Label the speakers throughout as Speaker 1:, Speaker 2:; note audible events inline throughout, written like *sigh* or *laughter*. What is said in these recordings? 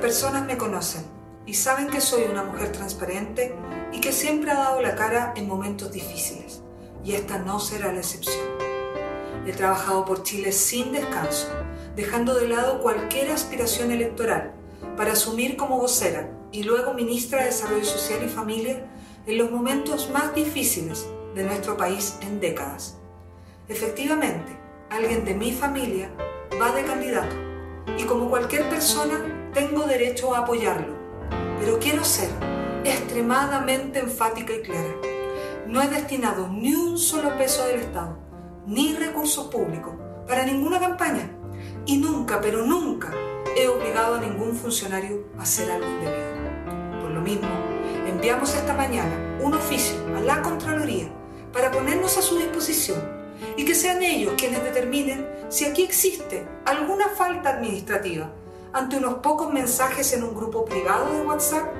Speaker 1: personas me conocen y saben que soy una mujer transparente y que siempre ha dado la cara en momentos difíciles, y esta no será la excepción. He trabajado por Chile sin descanso, dejando de lado cualquier aspiración electoral para asumir como vocera y luego ministra de Desarrollo Social y Familia en los momentos más difíciles de nuestro país en décadas. Efectivamente, alguien de mi familia va de candidato y como cualquier persona tengo derecho a apoyarlo, pero quiero ser extremadamente enfática y clara. No he destinado ni un solo peso del Estado, ni recursos públicos, para ninguna campaña y nunca, pero nunca he obligado a ningún funcionario a hacer algo indebido. Por lo mismo, enviamos esta mañana un oficio a la Contraloría para ponernos a su disposición y que sean ellos quienes determinen si aquí existe alguna falta administrativa ante unos pocos mensajes en un grupo privado de WhatsApp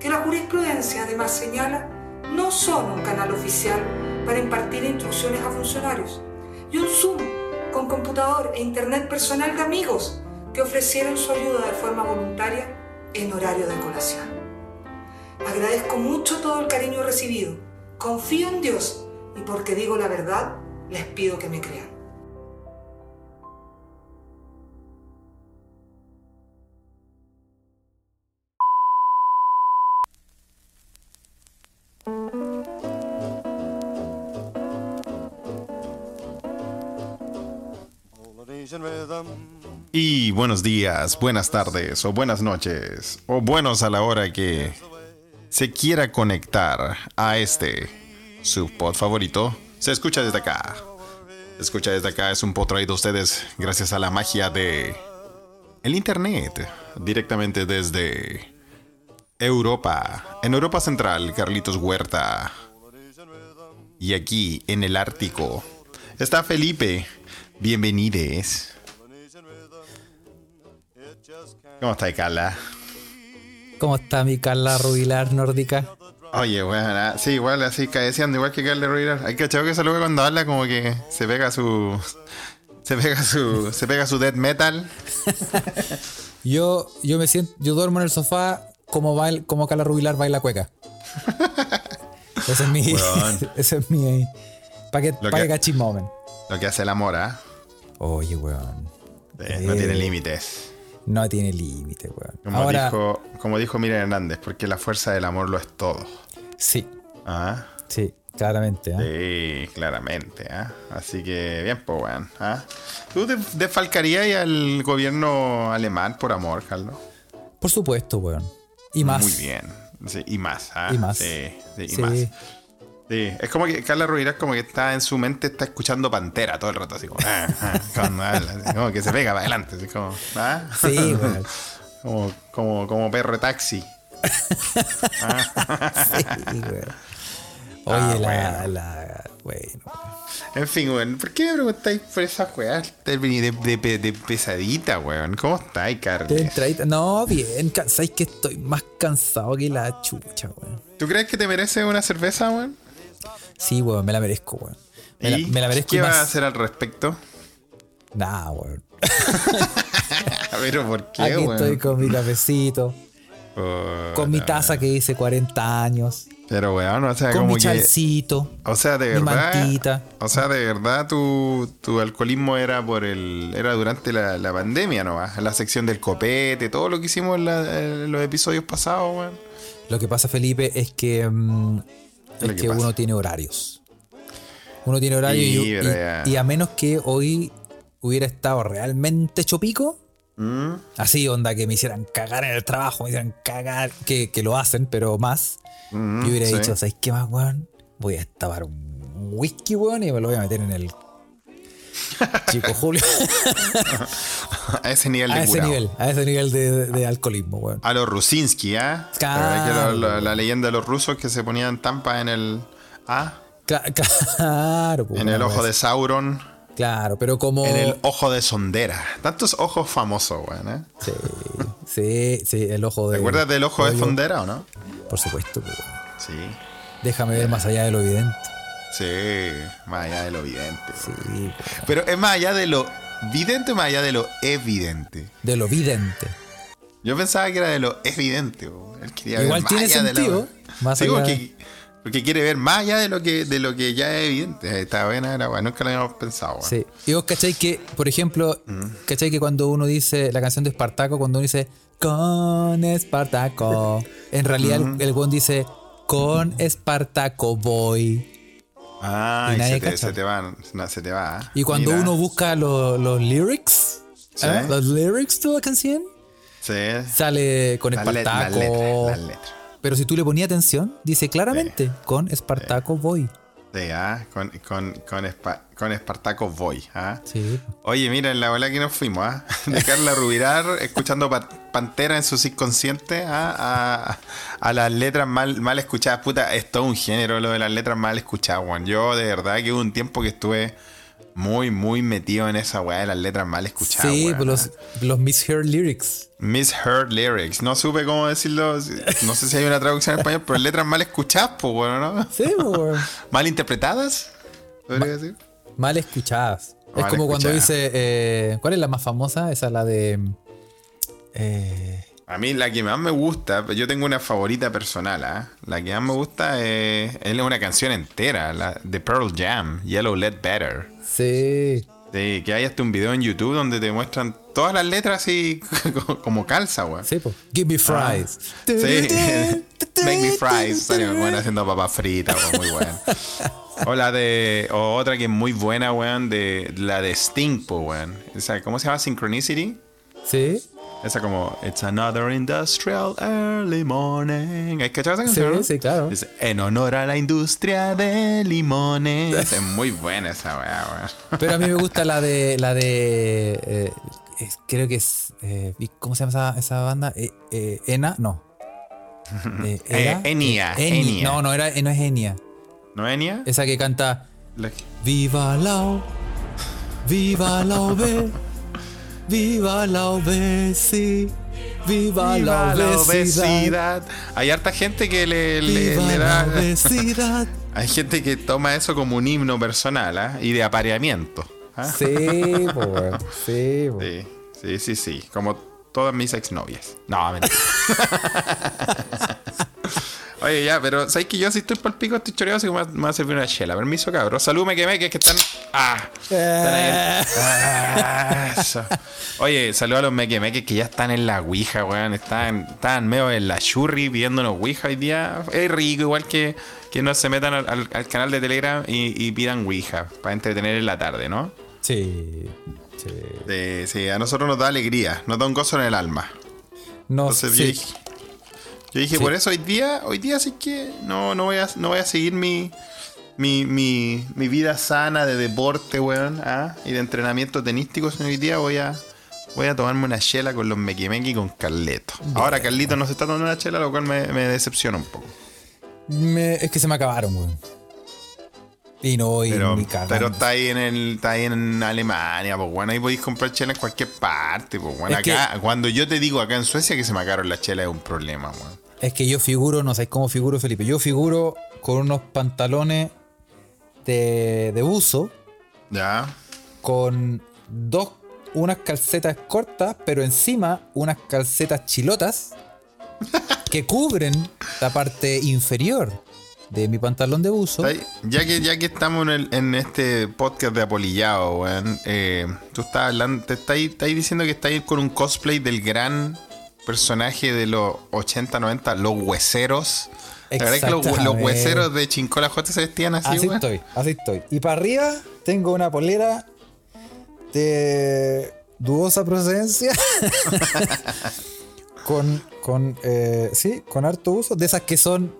Speaker 1: que la jurisprudencia además señala no son un canal oficial para impartir instrucciones a funcionarios y un Zoom con computador e internet personal de amigos que ofrecieron su ayuda de forma voluntaria en horario de colación. Agradezco mucho todo el cariño recibido, confío en Dios y porque digo la verdad, les pido que me crean.
Speaker 2: Y buenos días, buenas tardes o buenas noches o buenos a la hora que se quiera conectar a este su pod favorito. Se escucha desde acá. Se escucha desde acá es un pod traído a ustedes gracias a la magia de el internet directamente desde Europa, en Europa Central, Carlitos Huerta. Y aquí en el Ártico está Felipe. Bienvenides. ¿Cómo está, Carla?
Speaker 3: ¿Cómo está mi Carla Rubilar nórdica?
Speaker 2: Oye, bueno, sí, igual así cabeceando, igual que Carla Rubilar. Hay cachado que saluda cuando habla como que se pega su. *laughs* Se pega su. Se pega su death metal.
Speaker 3: Yo, yo me siento, yo duermo en el sofá como, bail, como Carla Rubilar baila
Speaker 2: *laughs*
Speaker 3: cueca. Ese es mi.
Speaker 2: Weón.
Speaker 3: *laughs* Ese es mi. Paquet,
Speaker 2: Lo que-
Speaker 3: paquet gachis moment.
Speaker 2: Lo que hace el amor, ¿ah?
Speaker 3: Oye, weón.
Speaker 2: Eh, No tiene
Speaker 3: Eh.
Speaker 2: límites.
Speaker 3: No tiene límite, weón.
Speaker 2: Como
Speaker 3: Ahora,
Speaker 2: dijo, como dijo Miriam Hernández, porque la fuerza del amor lo es todo.
Speaker 3: sí,
Speaker 2: Ah,
Speaker 3: sí, claramente. ¿eh?
Speaker 2: sí, claramente, ¿ah? Así que bien, pues weón. ¿ah? ¿Tú def- desfalcarías al gobierno alemán por amor, Carlos?
Speaker 3: Por supuesto, weón. Y más.
Speaker 2: Muy bien. Sí, y más, ¿ah?
Speaker 3: Y más.
Speaker 2: Sí, sí, y
Speaker 3: Sí.
Speaker 2: más. Sí, es como que Carla Rubilar como que está en su mente, está escuchando Pantera todo el rato, así como, ah, ah, cuando habla, así como que se pega para adelante, así como, ¿ah? *laughs*
Speaker 3: Sí, weón.
Speaker 2: Como, como, como perro de taxi.
Speaker 3: Sí, weón. Oye,
Speaker 2: *laughs* Ah,
Speaker 3: la, la. Bueno.
Speaker 2: En fin, weón, ¿por qué me preguntáis por esas weas de, de, de- de pesadita, weón? ¿Cómo estáis,
Speaker 3: Te
Speaker 2: Carles?
Speaker 3: entraí- No, bien, ca- sabes que estoy más cansado que la chucha, weón.
Speaker 2: ¿Tú crees que te mereces una cerveza, weón?
Speaker 3: Sí, weón, me la merezco, weón. Me, la,
Speaker 2: ¿Y
Speaker 3: me la merezco
Speaker 2: ¿Qué
Speaker 3: y
Speaker 2: vas
Speaker 3: más.
Speaker 2: a hacer al respecto?
Speaker 3: Nah, weón.
Speaker 2: Pero ¿por qué,
Speaker 3: Aquí
Speaker 2: weón?
Speaker 3: estoy con mi
Speaker 2: *laughs*
Speaker 3: cafecito,
Speaker 2: Puta,
Speaker 3: con mi taza que dice 40 años,
Speaker 2: Pero, weón, o sea,
Speaker 3: con
Speaker 2: como
Speaker 3: mi
Speaker 2: que...
Speaker 3: chalcito.
Speaker 2: O sea, de
Speaker 3: Mi
Speaker 2: verdad.
Speaker 3: mantita.
Speaker 2: O sea, de verdad tu, tu alcoholismo era por el era durante la, la pandemia nomás, la sección del copete, todo lo que hicimos en, la- en los episodios pasados, weón.
Speaker 3: Lo que pasa, Felipe, es que, mm,
Speaker 2: Lo
Speaker 3: es
Speaker 2: que
Speaker 3: que
Speaker 2: pasa.
Speaker 3: uno tiene horarios. Uno tiene horario y,
Speaker 2: Sí,
Speaker 3: y-
Speaker 2: pero ya.
Speaker 3: y a menos que hoy hubiera estado realmente chopico,
Speaker 2: Mm.
Speaker 3: así onda que me hicieran cagar en el trabajo, me hicieran cagar, que, que lo hacen, pero más.
Speaker 2: Mm,
Speaker 3: yo hubiera
Speaker 2: sí.
Speaker 3: dicho, ¿sabes qué más, weón? Voy a estabar un whisky, weón, y me lo voy a meter en
Speaker 2: *laughs*
Speaker 3: el. Chico Julio.
Speaker 2: *laughs* A ese nivel de
Speaker 3: a ese
Speaker 2: curado.
Speaker 3: nivel, a ese nivel de, de alcoholismo, weón.
Speaker 2: A los Rusinski, ¿ah?
Speaker 3: Claro.
Speaker 2: La verdad que lo- lo- la leyenda de los rusos que se ponían tampas en el. ¿ah?
Speaker 3: Cla- *laughs* claro, pues,
Speaker 2: En el
Speaker 3: una
Speaker 2: ojo
Speaker 3: wea
Speaker 2: de
Speaker 3: así.
Speaker 2: Sauron.
Speaker 3: Claro, pero como.
Speaker 2: En el ojo de Sondera. Tantos ojos famosos, weón, ¿eh?
Speaker 3: Sí, sí, sí, el ojo
Speaker 2: ¿Te
Speaker 3: de.
Speaker 2: acuerdas del ojo de
Speaker 3: Julio?
Speaker 2: Sondera o no?
Speaker 3: Por supuesto, pues, weón.
Speaker 2: Sí.
Speaker 3: Déjame ver más allá de lo evidente.
Speaker 2: Sí. Más allá de lo evidente.
Speaker 3: Sí, pues,
Speaker 2: Pero es más allá de lo vidente, más allá de lo evidente.
Speaker 3: de lo vidente.
Speaker 2: Yo pensaba que era de lo evidente. bo. Él quería
Speaker 3: Igual
Speaker 2: ver
Speaker 3: tiene
Speaker 2: más allá de la-
Speaker 3: sentido, más
Speaker 2: Sí,
Speaker 3: allá-
Speaker 2: porque, porque quiere ver más allá de lo que, de lo que ya es evidente. Está buena la weá, nunca lo habíamos pensado. weón.
Speaker 3: Sí. Y vos cacháis que, por ejemplo,
Speaker 2: Mm.
Speaker 3: cacháis que cuando uno dice la canción de Espartaco, cuando uno dice con Espartaco, en realidad
Speaker 2: Mm.
Speaker 3: el- el weón dice con Espartaco voy.
Speaker 2: Ah,
Speaker 3: Y
Speaker 2: y
Speaker 3: nadie
Speaker 2: se, te,
Speaker 3: cacha.
Speaker 2: se te va. no, se te va. ¿eh?
Speaker 3: Y cuando
Speaker 2: Mira.
Speaker 3: uno busca lo- los lyrics,
Speaker 2: Sí.
Speaker 3: ¿eh? los lyrics de la canción,
Speaker 2: Sí.
Speaker 3: sale con
Speaker 2: La, le- la
Speaker 3: Espartaco.
Speaker 2: letra, la letra.
Speaker 3: Pero si tú le ponías atención, dice claramente con Espartaco voy.
Speaker 2: Sí, ah, con, con, con, Espa- con Espartaco voy. ah.
Speaker 3: Sí.
Speaker 2: Oye, mira, en la bola que nos fuimos, ¿ah? *laughs* De Carla Rubirar, escuchando pa- Pantera en su subconsciente, ¿ah? a, a las letras mal, mal escuchadas. Puta, es todo un género lo de las letras mal escuchadas, weón. Yo de verdad que hubo un tiempo que estuve muy, muy metido en esa weá de las letras mal escuchadas.
Speaker 3: Sí,
Speaker 2: weón,
Speaker 3: pues
Speaker 2: ¿ah?
Speaker 3: los, los misheard lyrics.
Speaker 2: Misheard lyrics. No supe cómo decirlo. No sé si hay una traducción en español, pero letras mal escuchadas, pues, bueno, ¿no?
Speaker 3: Sí, pues, *laughs* weón.
Speaker 2: Mal interpretadas, podría decir.
Speaker 3: Mal escuchadas. es
Speaker 2: Mal
Speaker 3: como cuando
Speaker 2: escuchadas.
Speaker 3: dice. eh, ¿Cuál es la más famosa? Esa la de. eh,
Speaker 2: A mí la que más me gusta, yo tengo una favorita personal, ¿ah? la que más me gusta es, es una canción entera, la de Pearl Jam, Yellow Let Better.
Speaker 3: sí.
Speaker 2: Sí, que hay hasta un video en YouTube donde te muestran todas las letras así *laughs* co- como calza, weón.
Speaker 3: Sí, pues. Give me fries.
Speaker 2: Ah, Sí. *laughs* Make me fries. Salió muy buena haciendo papas fritas, weón, muy buena. O la de. O otra que es muy buena, weón, de. La de Sting, po, weón. Esa, ¿cómo se llama? Synchronicity.
Speaker 3: Sí.
Speaker 2: Esa como It's another industrial early morning. ¿Has cachado esa canción? no?
Speaker 3: sí, claro.
Speaker 2: Dice, en honor a la industria de
Speaker 3: *laughs*
Speaker 2: limones. es muy buena esa weá, weón.
Speaker 3: Pero a mí me gusta la de. La de eh, es- creo que es. eh, ¿y ¿Cómo se llama esa, esa banda? Eh, eh, Ena,
Speaker 2: *laughs*
Speaker 3: no. Eh,
Speaker 2: Eh,
Speaker 3: ¿era?
Speaker 2: Enya,
Speaker 3: Eni.
Speaker 2: Enya.
Speaker 3: No, no, era, no es Enya.
Speaker 2: ¿No venía?
Speaker 3: Esa que canta.
Speaker 2: La-
Speaker 3: Viva la U, viva la UB, viva la UB, sí, viva,
Speaker 2: Viva
Speaker 3: la obesidad,
Speaker 2: obesidad. Hay harta gente que le, le-
Speaker 3: viva
Speaker 2: le
Speaker 3: la
Speaker 2: da. *laughs*
Speaker 3: obesidad.
Speaker 2: Hay gente que toma eso como un himno personal ¿ah? y de apareamiento. ¿ah?
Speaker 3: Sí, por, sí, po.
Speaker 2: Sí, sí, sí, sí. Como todas mis exnovias. No, mentira. Oye, ya, pero ¿sabes que yo si estoy por pico, estoy choreado, así que me va- me va a servir una chela? Permiso, cabrón. Salúdame que me, que es que están. ¡Ah! Están ahí. Ah, eso. Oye, saludos a los mequemeques que ya están en la Ouija, weón. Están, están medio en la churri pidiéndonos Ouija hoy día. Es rico, igual que, que no se metan al, al- al canal de Telegram y, y pidan Ouija para entretener en la tarde, ¿no?
Speaker 3: sí, sí.
Speaker 2: Sí, sí, a nosotros nos da alegría, nos da un gozo en el alma.
Speaker 3: No
Speaker 2: Entonces yo
Speaker 3: sí.
Speaker 2: dije, yo dije,
Speaker 3: Sí.
Speaker 2: por eso hoy día, hoy día sí que no, no, voy, a, no voy a seguir mi, mi, mi, mi vida sana de deporte, weón, ¿ah? y de entrenamiento tenístico, sino hoy día voy a, voy a tomarme una chela con los mequimequi y con Carleto. Ahora Carlito no se está tomando una chela, lo cual me, me decepciona un poco.
Speaker 3: Me- es que se me acabaron, weón. Y no voy
Speaker 2: Pero,
Speaker 3: ni cagando.
Speaker 2: pero está ahí en el, está ahí en Alemania, pues bueno, ahí podéis comprar chela en cualquier parte, pues bueno.
Speaker 3: Es que-
Speaker 2: Acá, cuando yo te digo acá en Suecia que se me acabaron las chelas es un problema, weón.
Speaker 3: Es que yo figuro, no sabéis cómo figuro, Felipe. Yo figuro con unos pantalones de, de buzo,
Speaker 2: Ya.
Speaker 3: con dos, unas calcetas cortas, pero encima unas calcetas
Speaker 2: *laughs*
Speaker 3: chilotas que cubren la parte inferior de mi pantalón de buzo.
Speaker 2: Ay, Ya que, ya que estamos en, el- en este podcast de Apolillado, weón, eh, tú estás hablando, te estás, estás diciendo que estás con un cosplay del gran personaje de los 80, 90, los hueseros. La verdad es que los, hue- los
Speaker 3: Exactamente.
Speaker 2: hueseros de Chincola J se vestían así,
Speaker 3: así
Speaker 2: weón.
Speaker 3: estoy, así estoy. Y para arriba tengo una polera de dudosa procedencia. *laughs* con, con, eh, sí, con harto uso. De esas que son,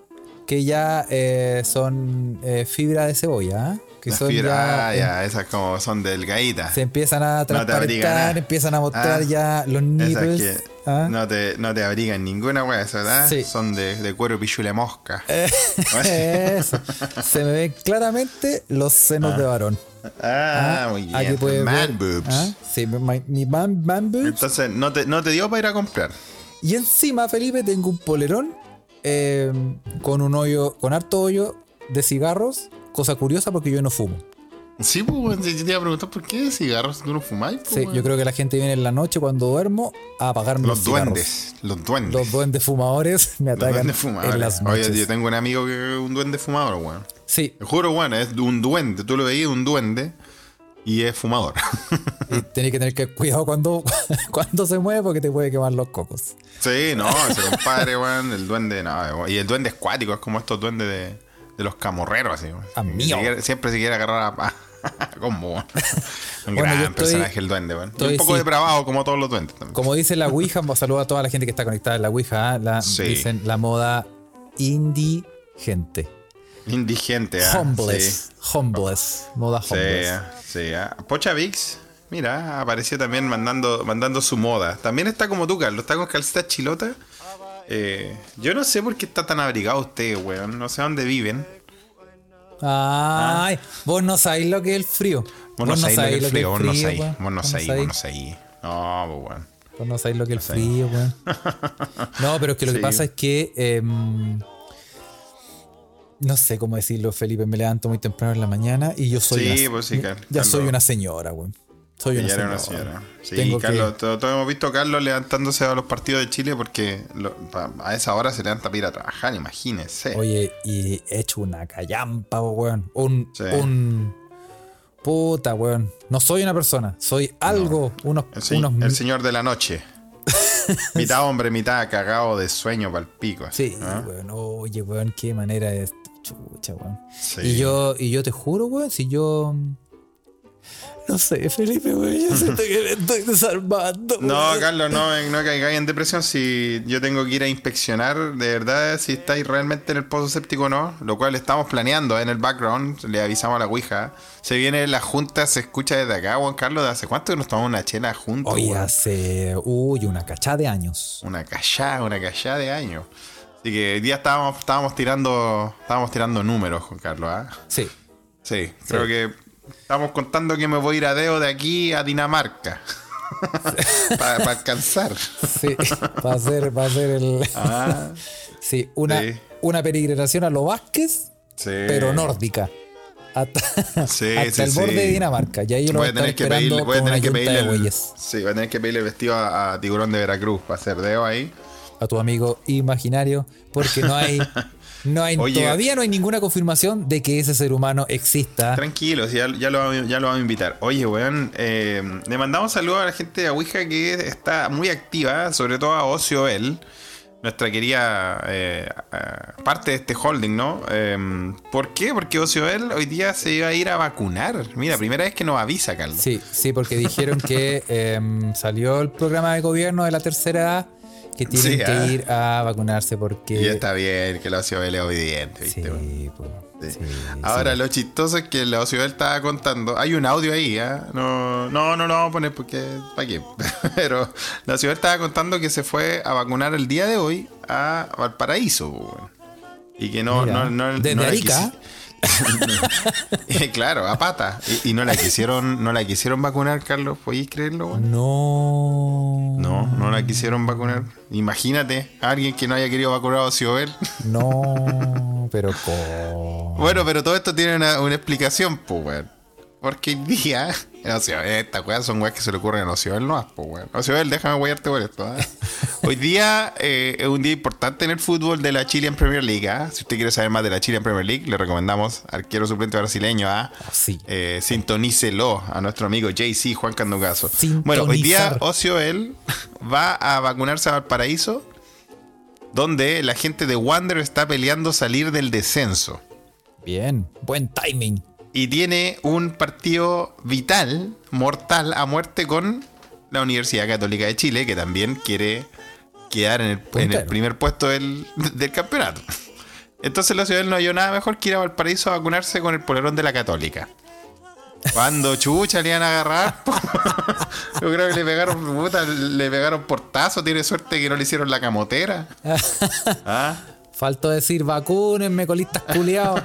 Speaker 3: que ya eh, son eh, fibra de cebolla, ¿ah? Que
Speaker 2: Las
Speaker 3: son
Speaker 2: fibras-
Speaker 3: ya,
Speaker 2: ah,
Speaker 3: eh,
Speaker 2: ya, esas como son delgaditas.
Speaker 3: Se empiezan a
Speaker 2: te abriga
Speaker 3: transparentar,
Speaker 2: nada.
Speaker 3: empiezan a mostrar
Speaker 2: Ah,
Speaker 3: ya los nipples.
Speaker 2: Esas que
Speaker 3: ¿ah?
Speaker 2: no, te, no te abrigan ninguna wea, eso, ¿verdad?
Speaker 3: Sí. Eh,
Speaker 2: Son de, de cuero pichule mosca.
Speaker 3: *laughs* Eso. Se me ven claramente los senos de varón.
Speaker 2: ah, muy bien.
Speaker 3: Aquí puedes ver,
Speaker 2: Man boobs.
Speaker 3: ¿ah? Sí, mi, mi man, man boobs.
Speaker 2: Entonces, no te, no te dio para ir a comprar.
Speaker 3: Y encima, Felipe, tengo un polerón eh, con un hoyo, con harto hoyo de cigarros. Cosa curiosa porque yo no fumo.
Speaker 2: Sí, pues, weón, yo te iba a preguntar por qué cigarros tú no fumáis. pues,
Speaker 3: Sí,
Speaker 2: weón?
Speaker 3: yo creo que la gente viene en la noche cuando duermo a apagarme los,
Speaker 2: Los
Speaker 3: cigarros.
Speaker 2: duendes, los duendes.
Speaker 3: Los duendes fumadores *laughs* me
Speaker 2: Los
Speaker 3: atacan
Speaker 2: duendes fumadores.
Speaker 3: en las noches.
Speaker 2: Oye, yo tengo un amigo que es un duende fumador, weón.
Speaker 3: Sí,
Speaker 2: Te juro, weón, es un duende. Tú lo veías, un duende. Y es fumador. *laughs*
Speaker 3: y tenés que tener que cuidado cuando, *laughs* cuando se mueve porque te puede quemar los cocos.
Speaker 2: sí, no, ese compadre, weón. El duende, no. Y el duende es cuático, es como estos duendes de, de los camorreros, así, weón.
Speaker 3: Amigo.
Speaker 2: Se quiere- siempre se quiere agarrar a. a
Speaker 3: *laughs*
Speaker 2: combo, weón. Un
Speaker 3: Bueno,
Speaker 2: gran
Speaker 3: yo estoy-
Speaker 2: personaje el duende, weón. Y
Speaker 3: estoy,
Speaker 2: un poco
Speaker 3: sí.
Speaker 2: depravado, como todos los duendes también.
Speaker 3: Como dice la Ouija, saludo a toda la gente que está conectada en la Ouija. ¿ah? La,
Speaker 2: Sí.
Speaker 3: Dicen la moda indie gente.
Speaker 2: Indigente, ¿ah? Sí.
Speaker 3: Homeless. Homeless. Moda
Speaker 2: Sí,
Speaker 3: homeless.
Speaker 2: sí. ah. Pocha Vix, mira, apareció también mandando, mandando su moda. También está como tú, Carlos, está con calcetas chilota. Eh, yo no sé por qué está tan abrigado usted, weón. No sé dónde viven.
Speaker 3: Ay, vos no sabéis lo que es el frío.
Speaker 2: Ah. Vos no sabés lo que es
Speaker 3: es
Speaker 2: frío, vos no
Speaker 3: frío,
Speaker 2: sabés.
Speaker 3: weón.
Speaker 2: Vos no sabés, vos no sabés. No, pues, weón.
Speaker 3: Vos no sabéis lo que es el frío,
Speaker 2: *laughs*
Speaker 3: weón. No, pero es que lo
Speaker 2: Sí.
Speaker 3: que pasa es que. em, no sé cómo decirlo, Felipe. Me levanto muy temprano en la mañana y yo soy.
Speaker 2: Sí,
Speaker 3: una-
Speaker 2: pues sí,
Speaker 3: Ya
Speaker 2: Carlos.
Speaker 3: soy una señora, weón. Soy
Speaker 2: Ella
Speaker 3: una
Speaker 2: era
Speaker 3: señora.
Speaker 2: una señora. Sí,
Speaker 3: Tengo que-
Speaker 2: Carlos, todos todos hemos visto a Carlos levantándose a los partidos de Chile porque lo- pa- a esa hora se levanta para ir a trabajar, imagínense.
Speaker 3: Oye, y he hecho una callampa, po, weón. Un,
Speaker 2: Sí.
Speaker 3: un. Puta, weón. No soy una persona, soy algo. Unos.
Speaker 2: El, se-
Speaker 3: unos
Speaker 2: el señor de
Speaker 3: *laughs*
Speaker 2: la noche. mitad hombre, mitad cagado de sueño para el pico. así,
Speaker 3: Sí,
Speaker 2: ¿ah?
Speaker 3: weón. Oye, weón, qué manera de. Chucha, weón.
Speaker 2: Sí.
Speaker 3: Y, yo, y yo te juro, weón, si yo. No sé, Felipe, weón. Yo siento que me estoy desarmando.
Speaker 2: No,
Speaker 3: weón.
Speaker 2: Carlos, no, eh, no caigáis en depresión si yo tengo que ir a inspeccionar de verdad si estáis realmente en el pozo séptico o no, lo cual estamos planeando eh, en el background, le avisamos a la Ouija. Se viene la junta, se escucha desde acá, Juan Carlos, ¿de hace cuánto que nos tomamos una chela juntos?
Speaker 3: Oye,
Speaker 2: weón?
Speaker 3: hace. Uy, una cachá de años.
Speaker 2: Una callada, una callada de años. Así que hoy día estábamos, estábamos tirando estábamos tirando números, Juan Carlos, ¿ah?
Speaker 3: Sí.
Speaker 2: Sí, creo que estamos contando que me voy a ir a Deo de aquí
Speaker 3: *laughs*
Speaker 2: a Dinamarca. para alcanzar.
Speaker 3: Sí, *laughs* va a ser, va a ser el.
Speaker 2: Ah,
Speaker 3: Sí, una,
Speaker 2: Sí.
Speaker 3: una peregrinación a lo Vázquez,
Speaker 2: sí.
Speaker 3: pero nórdica. *laughs* Hasta,
Speaker 2: Sí,
Speaker 3: hasta
Speaker 2: sí,
Speaker 3: el borde
Speaker 2: sí.
Speaker 3: de Dinamarca. Y ahí yo lo
Speaker 2: Voy
Speaker 3: voy
Speaker 2: a tener que
Speaker 3: esperando
Speaker 2: pedirle, voy a
Speaker 3: con una
Speaker 2: tener que
Speaker 3: yunta
Speaker 2: pedirle
Speaker 3: de
Speaker 2: el,
Speaker 3: bueyes.
Speaker 2: sí, voy a tener que pedirle el vestido a, a Tiburón de Veracruz para hacer Deo ahí.
Speaker 3: A tu amigo imaginario, porque no
Speaker 2: *laughs*
Speaker 3: hay. No hay,
Speaker 2: Oye.
Speaker 3: todavía no hay ninguna confirmación de que ese ser humano exista.
Speaker 2: Tranquilos, ya, ya, lo, vamos- ya lo vamos a invitar. Oye, weón, eh, le mandamos saludos a la gente de Ouija que está muy activa, sobre todo a Ocio Bell, nuestra querida eh, a- parte de este holding, ¿no? Eh, ¿Por qué? Porque Ocio Bell hoy día se iba a ir a vacunar. Mira, primera vez que nos avisa, Carlos.
Speaker 3: Sí, sí, porque dijeron que em, salió el programa de gobierno de la tercera edad que tienen
Speaker 2: Sí,
Speaker 3: que
Speaker 2: ah.
Speaker 3: ir a vacunarse porque.
Speaker 2: Y está bien, que la Ocio Bell es obediente,
Speaker 3: Sí,
Speaker 2: ¿viste? weón?
Speaker 3: po,
Speaker 2: Sí.
Speaker 3: sí,
Speaker 2: Ahora, lo chistoso es que la Ocio Bell estaba contando. Hay un audio ahí, ¿ah? No, no, no lo vamos a poner porque. ¿Para qué? *laughs* Pero la Ocio Bell estaba contando que se fue a vacunar el día de hoy a Valparaíso, po, weón. Y que no.
Speaker 3: Mira,
Speaker 2: no, no-
Speaker 3: desde
Speaker 2: no la *laughs*
Speaker 3: Arica.
Speaker 2: quisi- claro, a pata. Y, y no la quisieron no la quisieron vacunar, Carlos. ¿Podéis creerlo, weón?
Speaker 3: No.
Speaker 2: No, no la quisieron vacunar. Imagínate, alguien que no haya querido vacunar a Ocio Bell.
Speaker 3: No, pero con.
Speaker 2: Bueno, pero todo esto tiene una, una explicación, pues, weón. Porque hoy día, *laughs* o sea, estas weas son weas que se le ocurren a Ocioel no pues, weón. Ocioel, déjame guayarte por esto. ¿ah? hoy día eh, es un día importante en el fútbol de la Chilean Premier League. ¿ah? Si usted quiere saber más de la Chilean Premier League, le recomendamos arquero suplente brasileño. ¿ah?
Speaker 3: Sí.
Speaker 2: Eh, sintonícelo a nuestro amigo JC Juan Candugazo. Bueno, hoy día
Speaker 3: Sintonizar.
Speaker 2: Ocioel *laughs* va a vacunarse a Valparaíso, donde la gente de Wander está peleando salir del descenso
Speaker 3: Bien. Buen timing.
Speaker 2: y tiene un partido vital, mortal, a muerte con la Universidad Católica de Chile, que también quiere quedar en el, en el
Speaker 3: Puntero.
Speaker 2: primer puesto del, del campeonato. Entonces la ciudad no halló nada mejor que ir a Valparaíso a vacunarse con el polerón de la Católica. Cuando chucha le iban a agarrar, *laughs* yo creo que le pegaron, puta, le pegaron portazo, tiene suerte que no le hicieron la camotera. ¿Ah?
Speaker 3: Faltó decir vacúnenme, colistas culiados.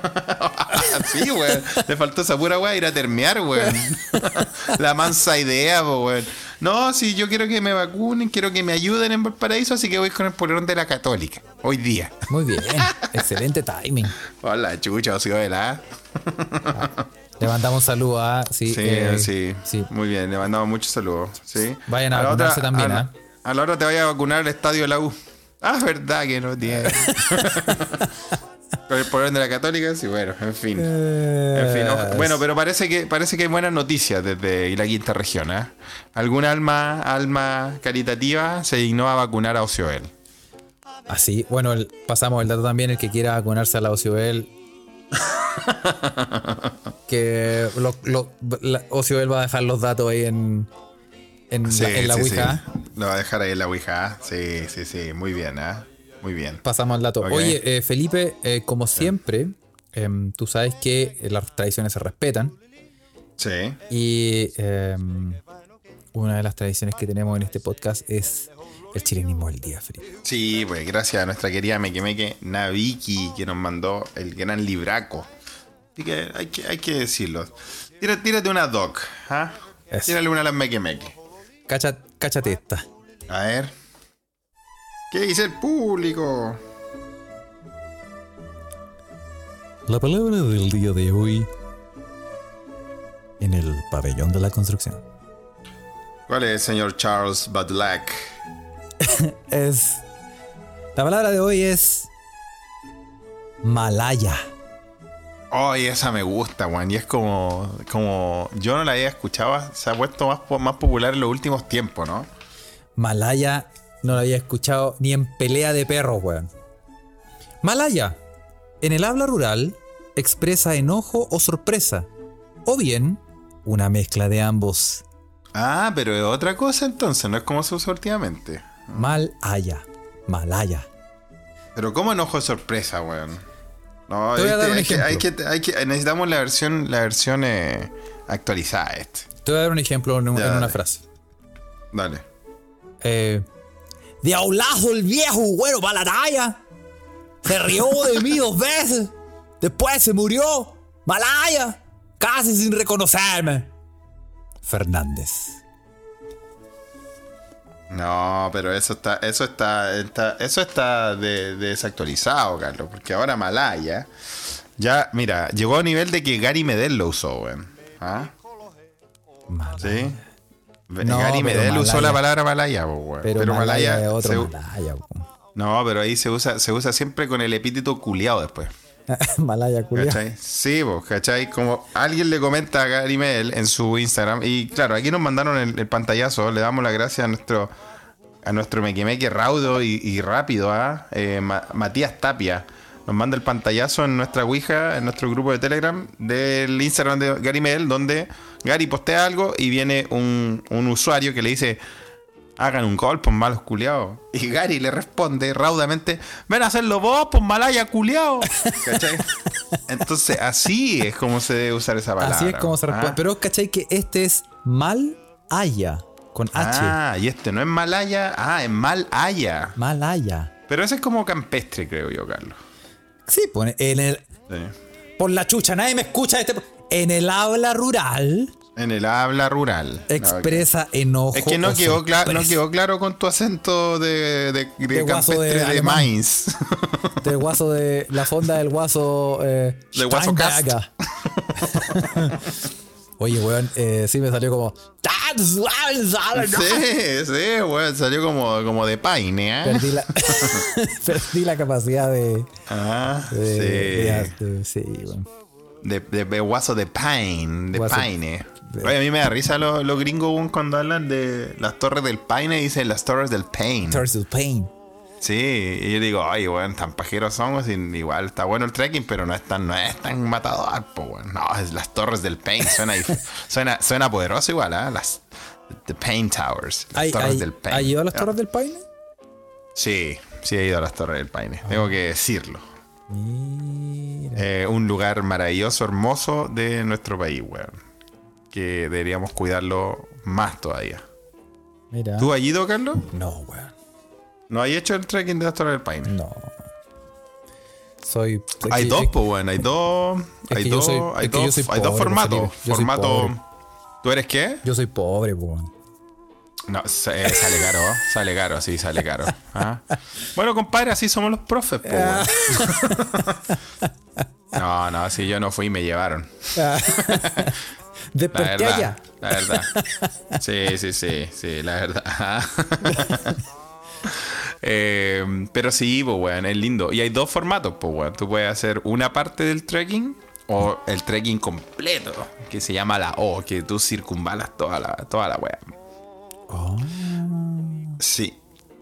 Speaker 2: *laughs* sí, weón. Le faltó esa pura weá ir a termear,
Speaker 3: *laughs*
Speaker 2: weón. La mansa idea, po, weón. No, si yo quiero que me vacunen, quiero que me ayuden en Valparaíso, así que voy con el polerón de la Católica. Hoy día. *laughs*
Speaker 3: Muy bien. Excelente timing.
Speaker 2: Hola, chucha, ocio de la.
Speaker 3: Le mandamos un saludo a. Sí,
Speaker 2: Sí,
Speaker 3: eh,
Speaker 2: sí,
Speaker 3: sí.
Speaker 2: Muy bien, le mandamos muchos saludos. Sí.
Speaker 3: Vayan a
Speaker 2: la
Speaker 3: vacunarse también,
Speaker 2: a,
Speaker 3: ¿ah?
Speaker 2: a la hora te vaya a vacunar al estadio de la U. Ah, es verdad que
Speaker 3: *laughs*
Speaker 2: no tiene. Con el poder de la Católica, sí, bueno, en fin.
Speaker 3: Eh,
Speaker 2: En fin, oja- bueno, pero parece que parece que hay buenas noticias desde la quinta región, ¿eh? Algún alma, alma caritativa se dignó a vacunar a Ocioel.
Speaker 3: Así, bueno, el- pasamos el dato también, el que quiera vacunarse a la
Speaker 2: *laughs*
Speaker 3: Ocioel. que lo, lo- la- Ocioel va a dejar los datos ahí en, en la, en la Ouija.
Speaker 2: Lo va a dejar ahí en la Ouija. Sí, sí, sí. Muy bien, ¿ah? Muy bien.
Speaker 3: Pasamos al dato.
Speaker 2: Ok.
Speaker 3: Oye, eh, Felipe, eh, como siempre, em, tú sabes que las tradiciones se respetan.
Speaker 2: Sí.
Speaker 3: Y em, una de las tradiciones que tenemos en este podcast es el chilenismo del día, Felipe.
Speaker 2: Sí, pues gracias a nuestra querida Mequemeque Naviki que nos mandó el gran libraco. Así que hay que, hay que decirlo. Tira- tírate una doc, ¿ah?
Speaker 3: Eso.
Speaker 2: Tírale una a las Mequemeque.
Speaker 3: Cacha, cáchate esta.
Speaker 2: A ver. ¿Qué dice el público?
Speaker 3: La palabra del día de hoy en el pabellón de la construcción
Speaker 2: ¿Cuál es, señor Charles Badlack?
Speaker 3: es la palabra de hoy es Malaya.
Speaker 2: Ay, esa me gusta, Juan. Y es como, como. Yo no la había escuchado. Se ha puesto más, po- más popular en los últimos tiempos, ¿no?
Speaker 3: Malaya no la había escuchado ni en pelea de perros, weón. Malaya, en el habla rural, expresa enojo o sorpresa, o bien una mezcla de ambos.
Speaker 2: Ah, pero es otra cosa entonces. No es como se usa últimamente.
Speaker 3: Malaya, Malaya.
Speaker 2: Pero cómo enojo de sorpresa, weón. No, este,
Speaker 3: Te voy a dar un
Speaker 2: hay, que,
Speaker 3: ejemplo.
Speaker 2: hay, que, hay que- necesitamos la versión, la versión eh, actualizada de este.
Speaker 3: Te voy a dar un ejemplo en, un-
Speaker 2: Ya,
Speaker 3: en una
Speaker 2: dale.
Speaker 3: frase.
Speaker 2: Dale.
Speaker 3: Eh, de aulazo el viejo, bueno, para la talla. Se rió de mí dos veces. Después se murió. Malaya. Casi sin reconocerme. Fernández.
Speaker 2: No, pero eso está, eso está, está- eso está de- desactualizado, Carlos, porque ahora Malaya ya, mira, llegó a nivel de que Gary Medel lo usó, weón. ¿Ah?
Speaker 3: Malaya.
Speaker 2: ¿Sí?
Speaker 3: No,
Speaker 2: Gary
Speaker 3: pero
Speaker 2: Medel usó
Speaker 3: Malaya-
Speaker 2: la palabra Malaya, po, weón.
Speaker 3: Pero, Malaya, es otro
Speaker 2: se-
Speaker 3: Malaya. po. *laughs*
Speaker 2: no, pero ahí se usa, se usa siempre con el epíteto culiado después.
Speaker 3: Malaya, culiao.
Speaker 2: ¿Cachai? Sí, vos, ¿cachai? Como alguien le comenta a Gary Medel en su Instagram. Y claro, aquí nos mandaron el, el pantallazo. Le damos las gracias a nuestro a nuestro mequimeque raudo y, y rápido, ¿ah? Eh, Ma- Matías Tapia. Nos manda el pantallazo en nuestra Ouija, en nuestro grupo de Telegram, del Instagram de Gary Medel, donde Gary postea algo y viene un, un usuario que le dice. Hagan un gol, por malos culiados. Y Gary le responde raudamente: Ven a hacerlo vos, por malaya
Speaker 3: *laughs*
Speaker 2: culiao. ¿Cachai? Entonces, así es como se debe usar esa palabra.
Speaker 3: Así es como se responde.
Speaker 2: Ah.
Speaker 3: Pero cachai que este es Malaya. Con H.
Speaker 2: Ah, y este no es malaya, ah, es malaya.
Speaker 3: Malaya.
Speaker 2: Pero ese es como campestre, creo yo, Carlos.
Speaker 3: Sí, pone en el.
Speaker 2: Sí.
Speaker 3: Por la chucha, nadie me escucha. Este, en el habla rural.
Speaker 2: En el habla rural.
Speaker 3: expresa enojo.
Speaker 2: No, es que
Speaker 3: o
Speaker 2: no quedó, cla-
Speaker 3: sorpresa.
Speaker 2: no quedó claro con tu acento de, de, de
Speaker 3: De guaso de
Speaker 2: campestre de,
Speaker 3: alemán. *laughs*
Speaker 2: Mainz.
Speaker 3: Del guaso de la fonda del guaso. Eh,
Speaker 2: Del guaso cast.
Speaker 3: Steinberger. *laughs* Oye, weón, eh, sí me salió como.
Speaker 2: *laughs* sí, sí, bueno, salió como, como de paine, ¿eh?
Speaker 3: Perdí
Speaker 2: *laughs*
Speaker 3: la, *laughs* perdí la capacidad de.
Speaker 2: Ah,
Speaker 3: de-
Speaker 2: sí.
Speaker 3: de- de- sí, weón.
Speaker 2: De, de, de guaso de pine, de
Speaker 3: Guaso-
Speaker 2: paine. Oye, a mí me da risa los los gringos weón, cuando hablan de las torres del paine, dicen las torres del pain.
Speaker 3: Turtle Pain.
Speaker 2: Sí, y yo digo, ay, weón, tan pajeros son, así, igual está bueno el trekking, pero no es tan, no es tan matador, po, weón. No, es las torres del pain, suena,
Speaker 3: *laughs*
Speaker 2: dif- suena, suena poderoso igual, ¿ah? Las the Pain Towers, las
Speaker 3: ¿Hay,
Speaker 2: torres
Speaker 3: hay,
Speaker 2: del pain.
Speaker 3: ¿ha ido a las
Speaker 2: Ah,
Speaker 3: Torres del Pain?
Speaker 2: Sí, sí he ido a las torres del paine, tengo que decirlo.
Speaker 3: Mira.
Speaker 2: Eh, un lugar maravilloso, hermoso de nuestro país, weón. Que deberíamos cuidarlo más todavía.
Speaker 3: mira.
Speaker 2: ¿Tú has ido, Carlos?
Speaker 3: No, weón.
Speaker 2: ¿No has hecho el trekking de las torres del paine?
Speaker 3: No. Soy.
Speaker 2: Hay
Speaker 3: es que-
Speaker 2: dos, pues, bueno, hay dos.
Speaker 3: Es
Speaker 2: Hay
Speaker 3: que yo
Speaker 2: dos,
Speaker 3: soy-
Speaker 2: hay
Speaker 3: es que yo
Speaker 2: dos,
Speaker 3: soy
Speaker 2: hay dos
Speaker 3: pobre,
Speaker 2: formatos.
Speaker 3: Felipe, yo soy
Speaker 2: Formato.
Speaker 3: pobre.
Speaker 2: ¿Tú eres qué?
Speaker 3: Yo soy pobre, po, weón.
Speaker 2: No, se- eh, sale caro, ¿eh? sale caro, sí,
Speaker 3: *laughs*
Speaker 2: sale caro. Ah. Bueno, compadre, así somos los profes, pues. *laughs* No, no, si yo no fui, me llevaron. La
Speaker 3: Desperté allá.
Speaker 2: verdad. La verdad. Sí, sí, sí, sí, la verdad. Eh, pero sí, pues, weón, es lindo. Y hay dos formatos, pues, weón. Tú puedes hacer una parte del trekking o el trekking completo, que se llama la O, que tú circunvalas toda la, toda la weá. Sí.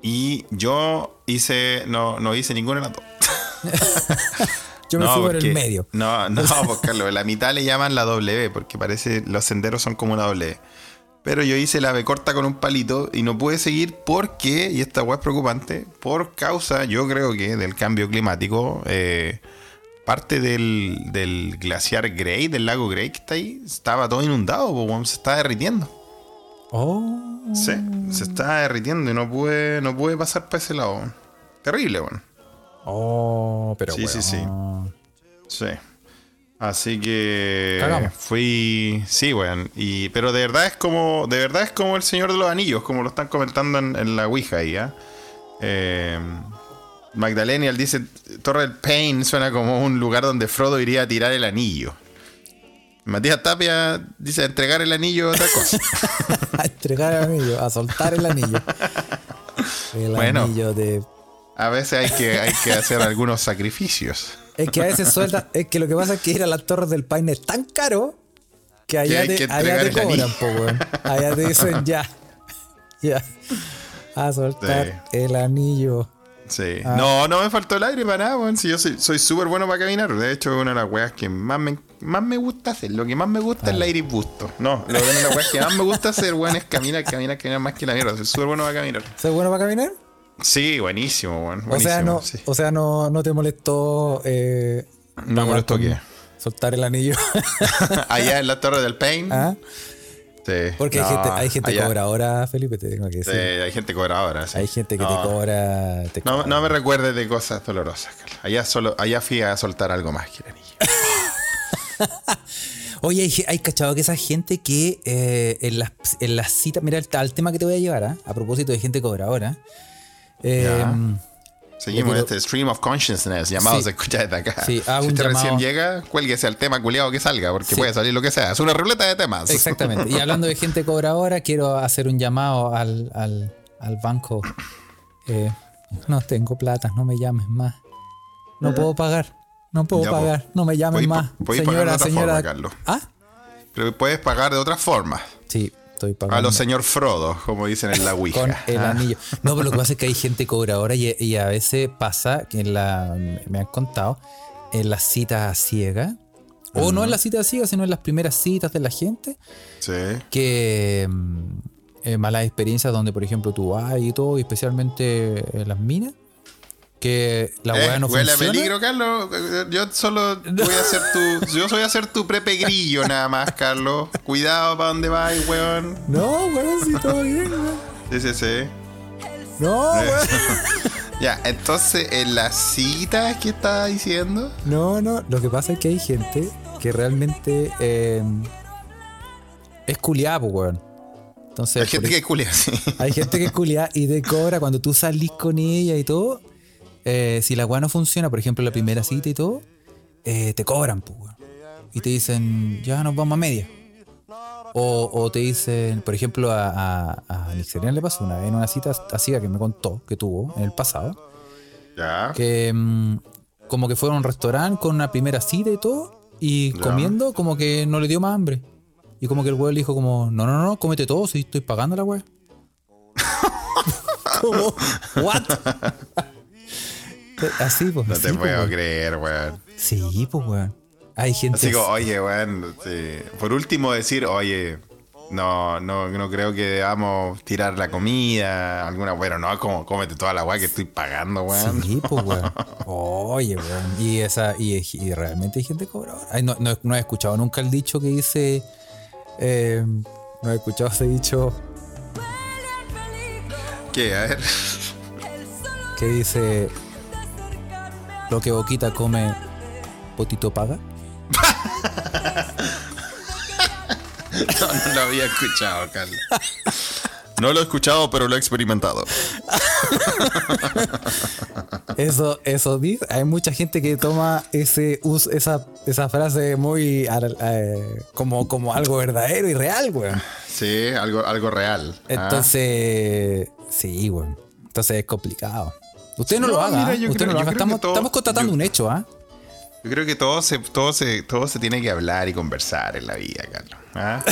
Speaker 2: Y yo hice, no, no hice ninguna de las dos.
Speaker 3: Yo me fui por
Speaker 2: porque-
Speaker 3: el medio.
Speaker 2: No, no, *laughs* pues Carlos, la mitad le llaman la W, porque parece los senderos son como una W. Pero yo hice la B corta con un palito y no pude seguir porque, y esta weá es preocupante, por causa, yo creo que, del cambio climático, eh, parte del, del glaciar Grey, del lago Grey que está ahí, estaba todo inundado, po, weón, se está derritiendo.
Speaker 3: Oh.
Speaker 2: Sí, se está derritiendo y no pude, no pude pasar para ese lado. Terrible, weón.
Speaker 3: Oh, pero
Speaker 2: Sí, sí, sí.
Speaker 3: weón. *laughs*
Speaker 2: Sí. Así que
Speaker 3: Cagamos.
Speaker 2: fui, sí, weón. Y pero de verdad es como, de verdad es como el Señor de los Anillos, como lo están comentando en, en la Ouija ahí, ¿ah? Eh, Magdalenial dice Torre del Pain suena como un lugar donde Frodo iría a tirar el anillo. Matías Tapia dice entregar el anillo a otra cosa.
Speaker 3: A entregar el anillo, a soltar el
Speaker 2: *laughs*
Speaker 3: anillo. El
Speaker 2: Bueno.
Speaker 3: anillo de.
Speaker 2: A veces hay que, hay que hacer algunos sacrificios.
Speaker 3: Es que a veces suelta. Es que lo que pasa es que ir a las torres del Paine es tan caro que allá
Speaker 2: hay
Speaker 3: te,
Speaker 2: que
Speaker 3: allá te
Speaker 2: entregar el
Speaker 3: cobran,
Speaker 2: anillo.
Speaker 3: po, weón. Allá te
Speaker 2: *laughs*
Speaker 3: dicen ya. Ya. A soltar el anillo.
Speaker 2: Sí.
Speaker 3: Ah.
Speaker 2: No, no me faltó el aire para nada, weón. Si yo soy soy súper bueno para caminar. De hecho, es una de las weas que más me, más me gusta hacer. Lo que más me gusta
Speaker 3: Ah.
Speaker 2: es el aire y busto. No, lo que una de las weas que más me gusta hacer, weón, es caminar, caminar, caminar más que la mierda. Soy súper bueno para caminar.
Speaker 3: ¿Soy bueno para caminar?
Speaker 2: Sí, buenísimo, weón.
Speaker 3: O sea,
Speaker 2: Buenísimo.
Speaker 3: no,
Speaker 2: sí.
Speaker 3: o sea, no, no te molestó. Eh,
Speaker 2: No me molestó
Speaker 3: con
Speaker 2: qué.
Speaker 3: Soltar el anillo. *laughs*
Speaker 2: *laughs* Allá en la Torre del Pain.
Speaker 3: ¿Ah?
Speaker 2: Sí.
Speaker 3: Porque
Speaker 2: No,
Speaker 3: hay gente, hay gente
Speaker 2: allá-
Speaker 3: cobradora, Felipe, te tengo que
Speaker 2: Sí,
Speaker 3: decir.
Speaker 2: hay gente cobradora. sí.
Speaker 3: Hay gente que
Speaker 2: No,
Speaker 3: te cobra. te
Speaker 2: No,
Speaker 3: cobra.
Speaker 2: no me recuerdes de cosas dolorosas, Carlos. Allá, solo, allá fui a soltar algo más que el anillo.
Speaker 3: Oye, hay, ge- hay cachado que esa gente que eh, en las en las citas. Mira, el, al tema que te voy a llevar, ¿ah? a propósito de gente cobradora. eh,
Speaker 2: Ya. Seguimos en
Speaker 3: Yo
Speaker 2: este stream of consciousness llamados
Speaker 3: Sí.
Speaker 2: de escuchar desde acá.
Speaker 3: Sí, hago
Speaker 2: si
Speaker 3: un
Speaker 2: usted recién
Speaker 3: llamado.
Speaker 2: llega, cuélguese al tema culiado que salga, porque
Speaker 3: Sí.
Speaker 2: puede salir lo que sea. Es una ruleta de temas.
Speaker 3: Exactamente. Y hablando de gente cobradora, quiero hacer un llamado al, al, al banco. Eh, no tengo plata, no me llames más. No puedo pagar. No puedo
Speaker 2: Ya, po.
Speaker 3: pagar. No me llames
Speaker 2: Podéis pa-
Speaker 3: más.
Speaker 2: podéis pagar de
Speaker 3: Señora,
Speaker 2: otra
Speaker 3: señora.
Speaker 2: forma, Carlos.
Speaker 3: Ah,
Speaker 2: Pero puedes pagar de otra forma.
Speaker 3: sí, estoy pagando.
Speaker 2: A los señor Frodo, como dicen en la Ouija.
Speaker 3: Con eh, el anillo. No, pero lo que pasa es que hay gente cobradora y, y a veces pasa, que en la, me han contado, en las citas ciegas, o no en las citas ciegas, sino en las primeras citas de la gente,
Speaker 2: Sí.
Speaker 3: que mm, eh, malas experiencias donde, por ejemplo, tú vas y todo, y especialmente en las minas, que la
Speaker 2: Eh,
Speaker 3: hueá no
Speaker 2: huele
Speaker 3: funciona.
Speaker 2: a peligro, Carlos. Eh, Yo solo voy a hacer
Speaker 3: *laughs*
Speaker 2: tu. Yo voy a hacer tu prepe grillo nada más, Carlos. Cuidado para dónde vas, weón.
Speaker 3: No, weón, sí, todo bien, weón.
Speaker 2: Sí, sí, sí. *laughs*
Speaker 3: No,
Speaker 2: Eh.
Speaker 3: weón.
Speaker 2: Ya, entonces, en las citas que estaba diciendo.
Speaker 3: No, no, lo que pasa es que hay gente que realmente eh, es culiada, po, weón. Entonces,
Speaker 2: Hay gente
Speaker 3: por-
Speaker 2: que culia, *laughs* sí.
Speaker 3: hay gente que es culiada y te cobra cuando tú salís con ella y todo. eh, si la weá no funciona, por ejemplo, la primera cita y todo, eh, te cobran, po, weón. Y te dicen, ya nos vamos a media. O, o te dicen, por ejemplo, a, a, a Nixerian le pasó una vez en una cita así que me contó que tuvo en el pasado
Speaker 2: Ya.
Speaker 3: que mm, como que fueron a un restaurante con una primera cita y todo, y
Speaker 2: Ya.
Speaker 3: comiendo como que no le dio más hambre. Y como que el güey le dijo como, no, no, no, cómete todo, si estoy pagando la güey. *laughs* como, ¿what? *laughs* Así, pues.
Speaker 2: No
Speaker 3: así,
Speaker 2: te
Speaker 3: pues,
Speaker 2: puedo
Speaker 3: weón.
Speaker 2: creer, weón.
Speaker 3: Sí, pues, weón. Hay gente...
Speaker 2: Así como, "Oh, oye, weón, sí. por último decir, oye, no, no, no creo que debamos tirar la comida, alguna, bueno, no, como cómete toda la weá que estoy pagando, weón.
Speaker 3: Sí, pues, weón. Oye, weón. Y, esa, y, y realmente hay gente cobradora. Ay, no, no- no he escuchado nunca el dicho que dice. eh, no he escuchado ese dicho
Speaker 2: ¿Qué? A ver. *laughs*
Speaker 3: que dice. Lo que Boquita come, Potito paga.
Speaker 2: No, no lo había escuchado, Carlos. No lo he escuchado, pero lo he experimentado.
Speaker 3: Eso, eso dice. Hay mucha gente que toma ese us- esa, esa frase muy al- eh, como, como algo verdadero y real, weón.
Speaker 2: Sí, algo, algo real. Ah.
Speaker 3: Entonces, sí, weón. Entonces es complicado. Usted no,
Speaker 2: No,
Speaker 3: lo haga.
Speaker 2: mira,
Speaker 3: ¿ah?
Speaker 2: yo
Speaker 3: Usted
Speaker 2: creo-
Speaker 3: no lo haga.
Speaker 2: yo creo que
Speaker 3: Estamos,
Speaker 2: todo-
Speaker 3: estamos constatando
Speaker 2: yo-
Speaker 3: un hecho, ¿ah?
Speaker 2: Yo creo que todo se, todo, se, todo se tiene que hablar y conversar en la vida, Carlos. ¿Ah?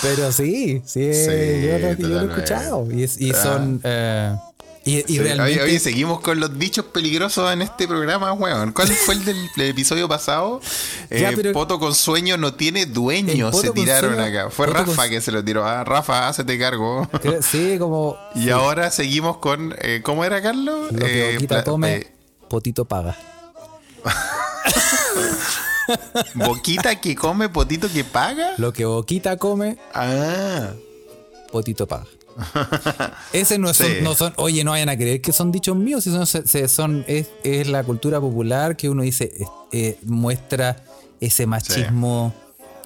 Speaker 3: Pero sí, sí,
Speaker 2: Sí,
Speaker 3: yo, lo, yo lo he
Speaker 2: totalmente.
Speaker 3: escuchado. Y, es- y
Speaker 2: Ah.
Speaker 3: son. eh, y, y
Speaker 2: Sí,
Speaker 3: realmente.
Speaker 2: Oye, oye, seguimos con los dichos peligrosos en este programa,
Speaker 3: *laughs*
Speaker 2: weón. ¿Cuál fue el del del episodio pasado? Eh,
Speaker 3: Ya, pero-
Speaker 2: Poto con sueño no tiene
Speaker 3: El
Speaker 2: dueño,
Speaker 3: Poto
Speaker 2: se
Speaker 3: con
Speaker 2: tiraron
Speaker 3: sueño-
Speaker 2: acá. Fue
Speaker 3: Poto con
Speaker 2: Rafa
Speaker 3: su-
Speaker 2: que se lo tiró. Ah, Rafa, hácete cargo.
Speaker 3: creo- sí, como.
Speaker 2: Y ahora seguimos con. eh, ¿Cómo era, Carlos?
Speaker 3: Lo que
Speaker 2: Eh,
Speaker 3: Boquita
Speaker 2: pla-
Speaker 3: tome,
Speaker 2: eh,
Speaker 3: Potito paga.
Speaker 2: boquita que come, potito que paga.
Speaker 3: Lo que Boquita come,
Speaker 2: Ah,
Speaker 3: Potito
Speaker 2: *laughs*
Speaker 3: paga. Ese no son,
Speaker 2: Sí.
Speaker 3: no son, oye, no vayan a creer que son dichos míos, si son, se- se- son es, es la cultura popular que uno dice, es- eh, muestra ese machismo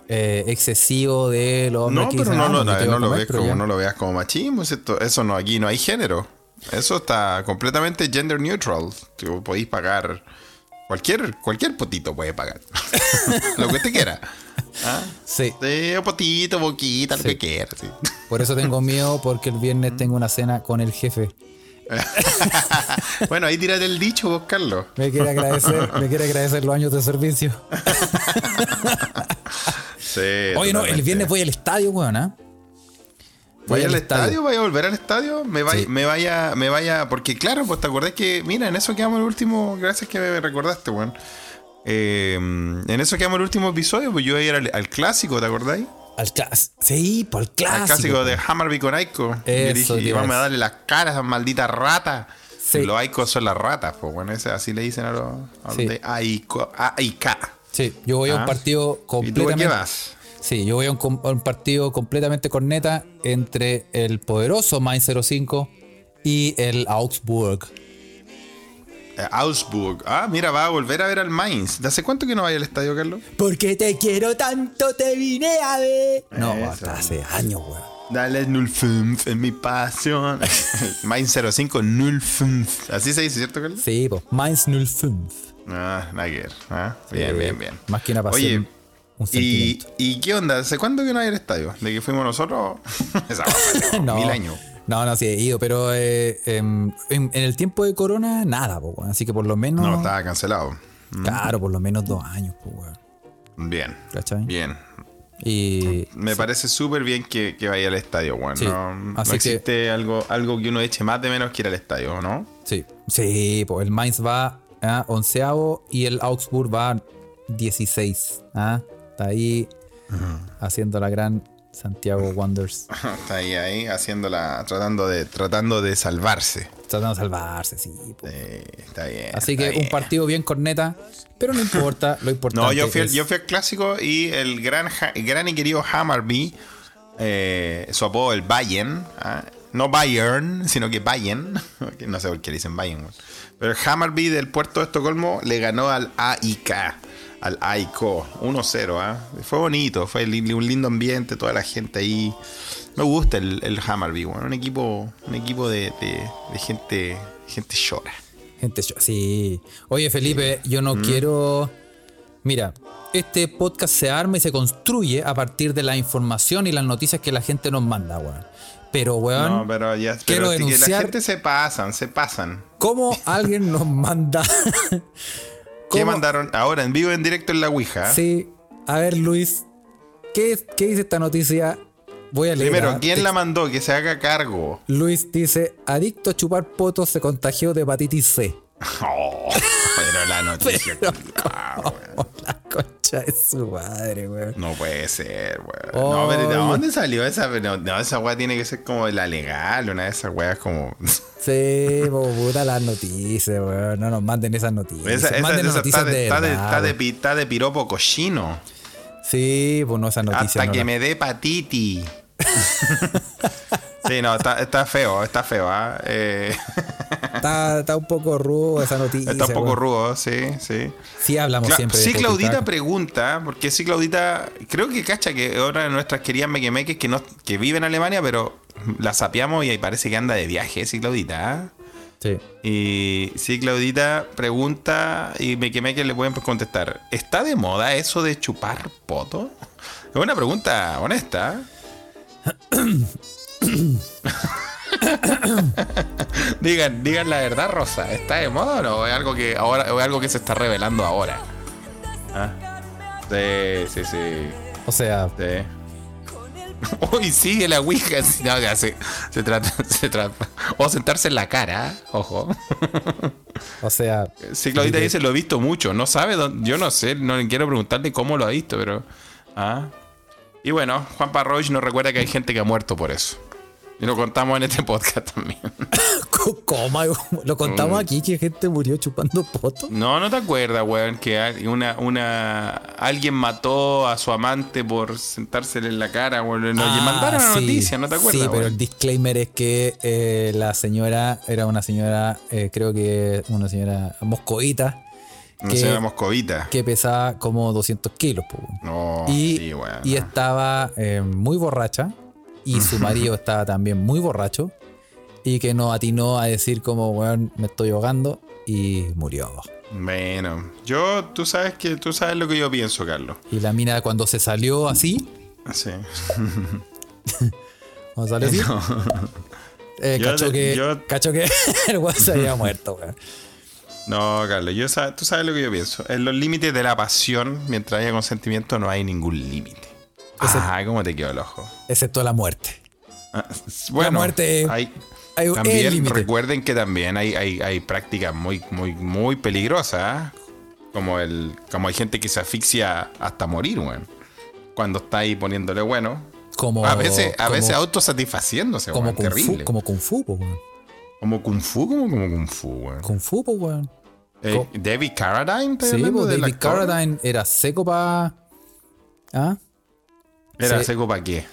Speaker 3: eh, excesivo de los hombres
Speaker 2: no,
Speaker 3: que
Speaker 2: pero
Speaker 3: dicen,
Speaker 2: no,
Speaker 3: "Ah,
Speaker 2: lo- eh,
Speaker 3: te voy a
Speaker 2: no lo
Speaker 3: comer,
Speaker 2: ves
Speaker 3: pero
Speaker 2: como,
Speaker 3: ya".
Speaker 2: no lo veas como machismo, ¿cierto? Eso no, aquí no hay género. Eso está completamente gender neutral. Tipo, podéis pagar cualquier, cualquier potito puede pagar. *laughs* lo que usted quiera. ¿Ah?
Speaker 3: Sí,
Speaker 2: Sí, potito, boquita, lo
Speaker 3: Sí.
Speaker 2: que quiera. sí.
Speaker 3: por eso tengo miedo porque el viernes tengo una cena con el jefe.
Speaker 2: bueno, ahí tirate el dicho vos, Carlos.
Speaker 3: Me quiere agradecer, me quiere agradecer los años de servicio.
Speaker 2: Sí,
Speaker 3: Oye, no, el
Speaker 2: Eh, totalmente.
Speaker 3: viernes voy al estadio, weón, ¿ah?
Speaker 2: ¿Vaya al estadio? ¿Vaya a volver al estadio? Me vaya,
Speaker 3: Sí.
Speaker 2: me vaya, me vaya. Porque claro, pues te acordás que. Mira, en eso quedamos el último. Gracias que me recordaste, weón. Eh, en eso quedamos el último episodio, pues yo iba a ir al, al clásico, ¿te acordáis?
Speaker 3: Al clas- sí, por el clásico. pues.
Speaker 2: al clásico de Hammerby con Aiko.
Speaker 3: Eso te
Speaker 2: Yo dije,
Speaker 3: iba a
Speaker 2: vamos a
Speaker 3: decir.
Speaker 2: darle las caras a esas malditas ratas.
Speaker 3: Sí.
Speaker 2: Los Aikos son las ratas, pues bueno, ese- así le dicen a los, a los
Speaker 3: Sí.
Speaker 2: de Aiko, Aika.
Speaker 3: Sí, yo voy a un
Speaker 2: Ah.
Speaker 3: partido
Speaker 2: ¿Y tú a
Speaker 3: completamente.
Speaker 2: qué vas?
Speaker 3: Sí, yo voy a un, com- a un partido completamente corneta entre el poderoso Main 05 y el Augsburg.
Speaker 2: Eh, Augsburg. Ah, mira, va a volver a ver al Mainz. ¿De hace cuánto que no vaya al estadio, Carlos?
Speaker 3: Porque te quiero tanto, te vine a ver. No,
Speaker 2: Eso.
Speaker 3: hasta hace años, weón.
Speaker 2: Dale 05 en
Speaker 3: *laughs*
Speaker 2: mi pasión. Mainz 05 05. Así se dice, ¿cierto, Carlos?
Speaker 3: Sí, pues, Mainz 05.
Speaker 2: Ah, Nager. Ah, bien,
Speaker 3: Eh,
Speaker 2: bien, bien.
Speaker 3: Más que una pasión.
Speaker 2: Oye,
Speaker 3: un
Speaker 2: ¿y,
Speaker 3: sentimiento.
Speaker 2: ¿y qué onda? ¿Hace cuándo que no hay el estadio? ¿De que fuimos nosotros? *laughs* Esa
Speaker 3: *laughs*
Speaker 2: guapa,
Speaker 3: No.
Speaker 2: Mil años.
Speaker 3: No, no, sí he ido, pero eh, em, en, en el tiempo de corona, nada, po, weón. Así que por lo menos.
Speaker 2: No, Mm. estaba cancelado.
Speaker 3: Claro, por lo menos dos años, po, weón.
Speaker 2: Bien.
Speaker 3: ¿Cachai?
Speaker 2: Bien.
Speaker 3: Y.
Speaker 2: Me parece súper bien que, que vaya al estadio, bueno.
Speaker 3: Sí,
Speaker 2: No, no
Speaker 3: así que-
Speaker 2: existe algo, algo que uno eche más de menos que ir al estadio, ¿no? *laughs*
Speaker 3: Sí. Sí, pues el Mainz va a onceavo y el Augsburg va a 16. ¿ah? Está ahí
Speaker 2: Mm.
Speaker 3: haciendo la gran Santiago Wonders.
Speaker 2: Está ahí, ahí, haciéndola, tratando de, tratando de salvarse.
Speaker 3: Tratando de salvarse, sí. po.
Speaker 2: Eh, está bien.
Speaker 3: Así
Speaker 2: está
Speaker 3: que un
Speaker 2: bien.
Speaker 3: partido bien corneta, pero no importa, lo importante
Speaker 2: *laughs* No, yo fui, al-
Speaker 3: es-
Speaker 2: yo fui al clásico y el gran, ja- el gran y querido Hammerby, eh, su apodo el Bayern, ah, no Bayern, sino que Bayern, *laughs* que no sé por qué le dicen Bayern, weón. pero el Hammerby del puerto de Estocolmo le ganó al AIK, al AICO, 1-0, ah. fue bonito, fue li- un lindo ambiente, toda la gente ahí. Me gusta el, el Hammerby, weón, un equipo, un equipo de, de- de gente, gente llora.
Speaker 3: Gente, cho- sí. Oye, Felipe, yo
Speaker 2: Mm.
Speaker 3: no quiero. Mira, este podcast se arma y se construye a partir de la información y las noticias que la gente nos manda, weón. Pero, weón,
Speaker 2: No, pero ya,
Speaker 3: quiero
Speaker 2: pero sí que la
Speaker 3: denunciar-
Speaker 2: gente se pasan, se pasan.
Speaker 3: ¿cómo alguien nos
Speaker 2: *laughs*
Speaker 3: manda?
Speaker 2: ¿Qué
Speaker 3: ¿Cómo?
Speaker 2: mandaron ahora en vivo, en directo en la Ouija?
Speaker 3: Sí. A ver, Luis, ¿qué, qué dice esta noticia? Voy a leer.
Speaker 2: Primero,
Speaker 3: ah,
Speaker 2: ¿quién
Speaker 3: text-
Speaker 2: la mandó? Que se haga cargo.
Speaker 3: *laughs* Luis dice: Adicto a chupar potos se contagió de hepatitis C. *laughs*
Speaker 2: Oh, pero la noticia. Ah, weón.
Speaker 3: La concha de su madre, weón.
Speaker 2: no puede ser, weón.
Speaker 3: Oh,
Speaker 2: no, pero ¿de
Speaker 3: ya.
Speaker 2: dónde salió esa? No, no, esa weá tiene que ser como la legal, una de esas weas como. *laughs*
Speaker 3: Sí, po, puta las noticias, weón. No nos manden esas noticias.
Speaker 2: Esa, esa-
Speaker 3: manden las
Speaker 2: esa
Speaker 3: noticias
Speaker 2: está, de,
Speaker 3: de,
Speaker 2: está, de,
Speaker 3: verdad,
Speaker 2: está, de,
Speaker 3: weón.
Speaker 2: pi- está de piropo cochino.
Speaker 3: Sí, pues no esas noticias.
Speaker 2: Hasta
Speaker 3: no
Speaker 2: que
Speaker 3: las-
Speaker 2: me dé
Speaker 3: *laughs*
Speaker 2: patiti. sí, no, está, está feo, está feo, ¿ah? Eh,
Speaker 3: está, está un poco rudo esa noticia.
Speaker 2: está un poco
Speaker 3: weón.
Speaker 2: rudo, sí, sí.
Speaker 3: Sí, hablamos
Speaker 2: Cla-
Speaker 3: siempre. de
Speaker 2: sí,
Speaker 3: Potitar.
Speaker 2: Claudita pregunta, porque sí, Claudita, creo que cacha que otra de nuestras queridas mequemeques que, no, que vive en Alemania, pero la sapeamos y ahí parece que anda de viaje, sí, Claudita. ¿ah?
Speaker 3: Sí.
Speaker 2: Y sí, Claudita pregunta y me quemé que le pueden contestar. ¿Está de moda eso de chupar poto? Es una pregunta honesta. *coughs* digan, digan la verdad, Rosa. ¿Está de moda o no? ¿O es algo que, ahora, o es algo que se está revelando ahora? ¿Ah? Sí, sí, sí.
Speaker 3: O sea,
Speaker 2: Sí. *laughs* Uy, sigue la Ouija. Sí, no, ya se, se trata, *laughs* se trata. O sentarse en la cara, ojo.
Speaker 3: o sea. *laughs*
Speaker 2: Sí, Claudita dice, lo he visto mucho. No sabe dónde- Yo no sé, no le quiero preguntarle cómo lo ha visto, pero. Ah. Y bueno, Juan Parroch nos recuerda que hay gente que ha muerto por eso. Y lo contamos en este *laughs* podcast también.
Speaker 3: ¿Cómo? Lo
Speaker 2: Mm.
Speaker 3: contamos aquí que gente murió chupando poto.
Speaker 2: No, no te acuerdas, weón, que hay una, una. Alguien mató a su amante por sentársele en la cara, weón. Nos
Speaker 3: Ah,
Speaker 2: mandaron la
Speaker 3: sí.
Speaker 2: noticia, no te acuerdas,
Speaker 3: Sí, pero
Speaker 2: weón?
Speaker 3: el disclaimer es que eh, la señora era una señora, eh, creo que una señora moscoita,
Speaker 2: No
Speaker 3: que-
Speaker 2: se llama Moscovita.
Speaker 3: que pesaba como 200 kilos. po, weón.
Speaker 2: No,
Speaker 3: y,
Speaker 2: Oh, sí, weón.
Speaker 3: y estaba eh, muy borracha y su marido estaba también muy borracho y que no atinó a decir como, weón, me estoy ahogando y murió.
Speaker 2: Bueno, yo, tú sabes que tú sabes lo que yo pienso, Carlos.
Speaker 3: Y la mina cuando se salió así,
Speaker 2: Sí.
Speaker 3: cuando salió
Speaker 2: *laughs*
Speaker 3: así, eh,
Speaker 2: Yo
Speaker 3: cacho,
Speaker 2: de-
Speaker 3: que,
Speaker 2: yo-
Speaker 3: cacho que *laughs* el weón se
Speaker 2: *laughs*
Speaker 3: había muerto, weón.
Speaker 2: No, Carlos, yo sa- tú sabes lo que yo pienso. En los límites de la pasión, mientras haya consentimiento, no hay ningún límite.
Speaker 3: Ese-
Speaker 2: Ah, cómo te quedó el ojo.
Speaker 3: Excepto la muerte.
Speaker 2: Ah, s- Bueno,
Speaker 3: muerte-
Speaker 2: hay-
Speaker 3: hay- es el
Speaker 2: también
Speaker 3: límite.
Speaker 2: recuerden que también hay, hay, hay prácticas muy, muy, muy peligrosas. ¿ah? Como el, como hay gente que se asfixia hasta morir, weón. Cuando está ahí poniéndole bueno.
Speaker 3: Como,
Speaker 2: a veces, a
Speaker 3: como-
Speaker 2: veces autosatisfaciéndose,
Speaker 3: como
Speaker 2: weón,
Speaker 3: kung fu,
Speaker 2: terrible.
Speaker 3: como kung fu, po, weón.
Speaker 2: Como Kung Fu, como como Kung Fu, weón.
Speaker 3: Kung fu, po, weón.
Speaker 2: Eh,
Speaker 3: Co-
Speaker 2: David Carradine, ¿estás
Speaker 3: Sí,
Speaker 2: hablando
Speaker 3: po,
Speaker 2: del
Speaker 3: David
Speaker 2: actor?
Speaker 3: Carradine era seco para. ¿Ah?
Speaker 2: Era
Speaker 3: Sí.
Speaker 2: seco para qué.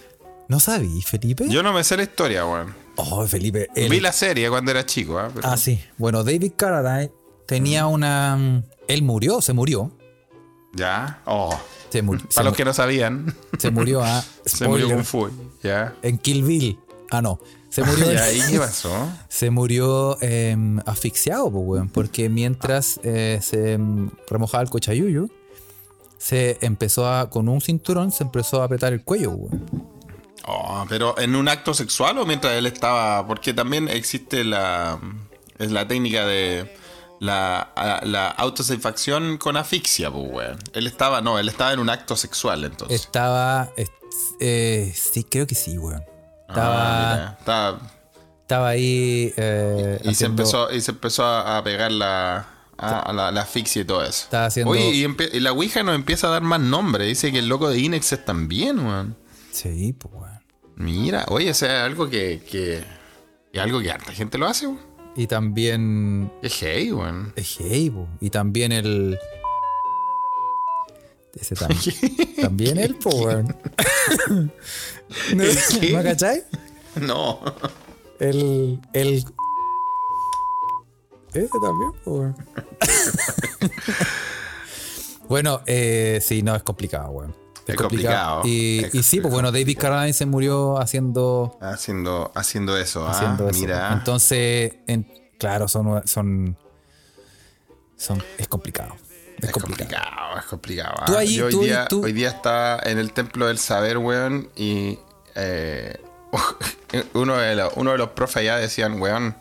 Speaker 3: ¿No sabí, Felipe?
Speaker 2: Yo no me sé la historia, weón.
Speaker 3: Oh, Felipe. el-
Speaker 2: Vi la serie cuando era chico, ¿ah? Pero-
Speaker 3: Ah, sí. Bueno, David Carradine tenía
Speaker 2: Mm.
Speaker 3: una. mm, Él murió, se murió.
Speaker 2: Ya. Oh.
Speaker 3: Se, murió se,
Speaker 2: Para los
Speaker 3: mu-
Speaker 2: que no sabían,
Speaker 3: *laughs*
Speaker 2: *laughs*
Speaker 3: se murió a.
Speaker 2: se murió
Speaker 3: spoiler,
Speaker 2: Kung Fu. Ya.
Speaker 3: En Kill Bill. Ah, no. Se murió.
Speaker 2: *laughs* ¿Y
Speaker 3: en-
Speaker 2: ahí
Speaker 3: *laughs*
Speaker 2: qué pasó?
Speaker 3: se murió eh, asfixiado, po, weón, porque
Speaker 2: Ah.
Speaker 3: mientras eh, se mm, remojaba el cochayuyo, se empezó a, con un cinturón, se empezó a apretar el cuello, weón.
Speaker 2: Oh, pero en un acto sexual o mientras él estaba. Porque también existe la. Es la técnica de. La, a- la autosatisfacción con asfixia, pues, weón. Él estaba, no, él estaba en un acto sexual, entonces.
Speaker 3: Estaba, es- eh, sí, creo que sí, weón.
Speaker 2: Ah,
Speaker 3: Estaba,
Speaker 2: mira. Estaba-
Speaker 3: estaba ahí. eh,
Speaker 2: Y se
Speaker 3: haciendo-
Speaker 2: empezó, y se empezó a a pegar la, a- a la, la asfixia y todo eso.
Speaker 3: Estaba haciendo-
Speaker 2: Oye, y, empie- y la Ouija nos empieza a dar más nombres. Dice que el loco de Inex es también, weón.
Speaker 3: Sí, pues, weón.
Speaker 2: Mira, oye, o sea, algo que. que es algo que harta gente lo hace, weón.
Speaker 3: Y también.
Speaker 2: Es hey, weón. *laughs*
Speaker 3: eh, hey, po. Y también el. Ese
Speaker 2: *laughs*
Speaker 3: también. también el, po, weón. ¿No,
Speaker 2: qué?
Speaker 3: ¿No cachai? *laughs*
Speaker 2: No.
Speaker 3: El. El. Ese también, po,
Speaker 2: *laughs*
Speaker 3: weón. bueno, eh, sí, no, es complicado, weón.
Speaker 2: Es complicado,
Speaker 3: Y,
Speaker 2: es
Speaker 3: y sí,
Speaker 2: complicado.
Speaker 3: pues bueno, David Carradine se murió haciendo,
Speaker 2: Haciendo, haciendo eso, ah,
Speaker 3: haciendo eso.
Speaker 2: Mira.
Speaker 3: Entonces, en- claro, son, son, son. Es complicado. Es,
Speaker 2: Es
Speaker 3: complicado.
Speaker 2: complicado, es complicado. ah.
Speaker 3: Tú ahí,
Speaker 2: Yo hoy,
Speaker 3: tú ahí,
Speaker 2: día,
Speaker 3: tú-
Speaker 2: hoy día estaba en el templo del saber, weón, y eh, *laughs* uno, de los, uno de los profes allá decían, weón,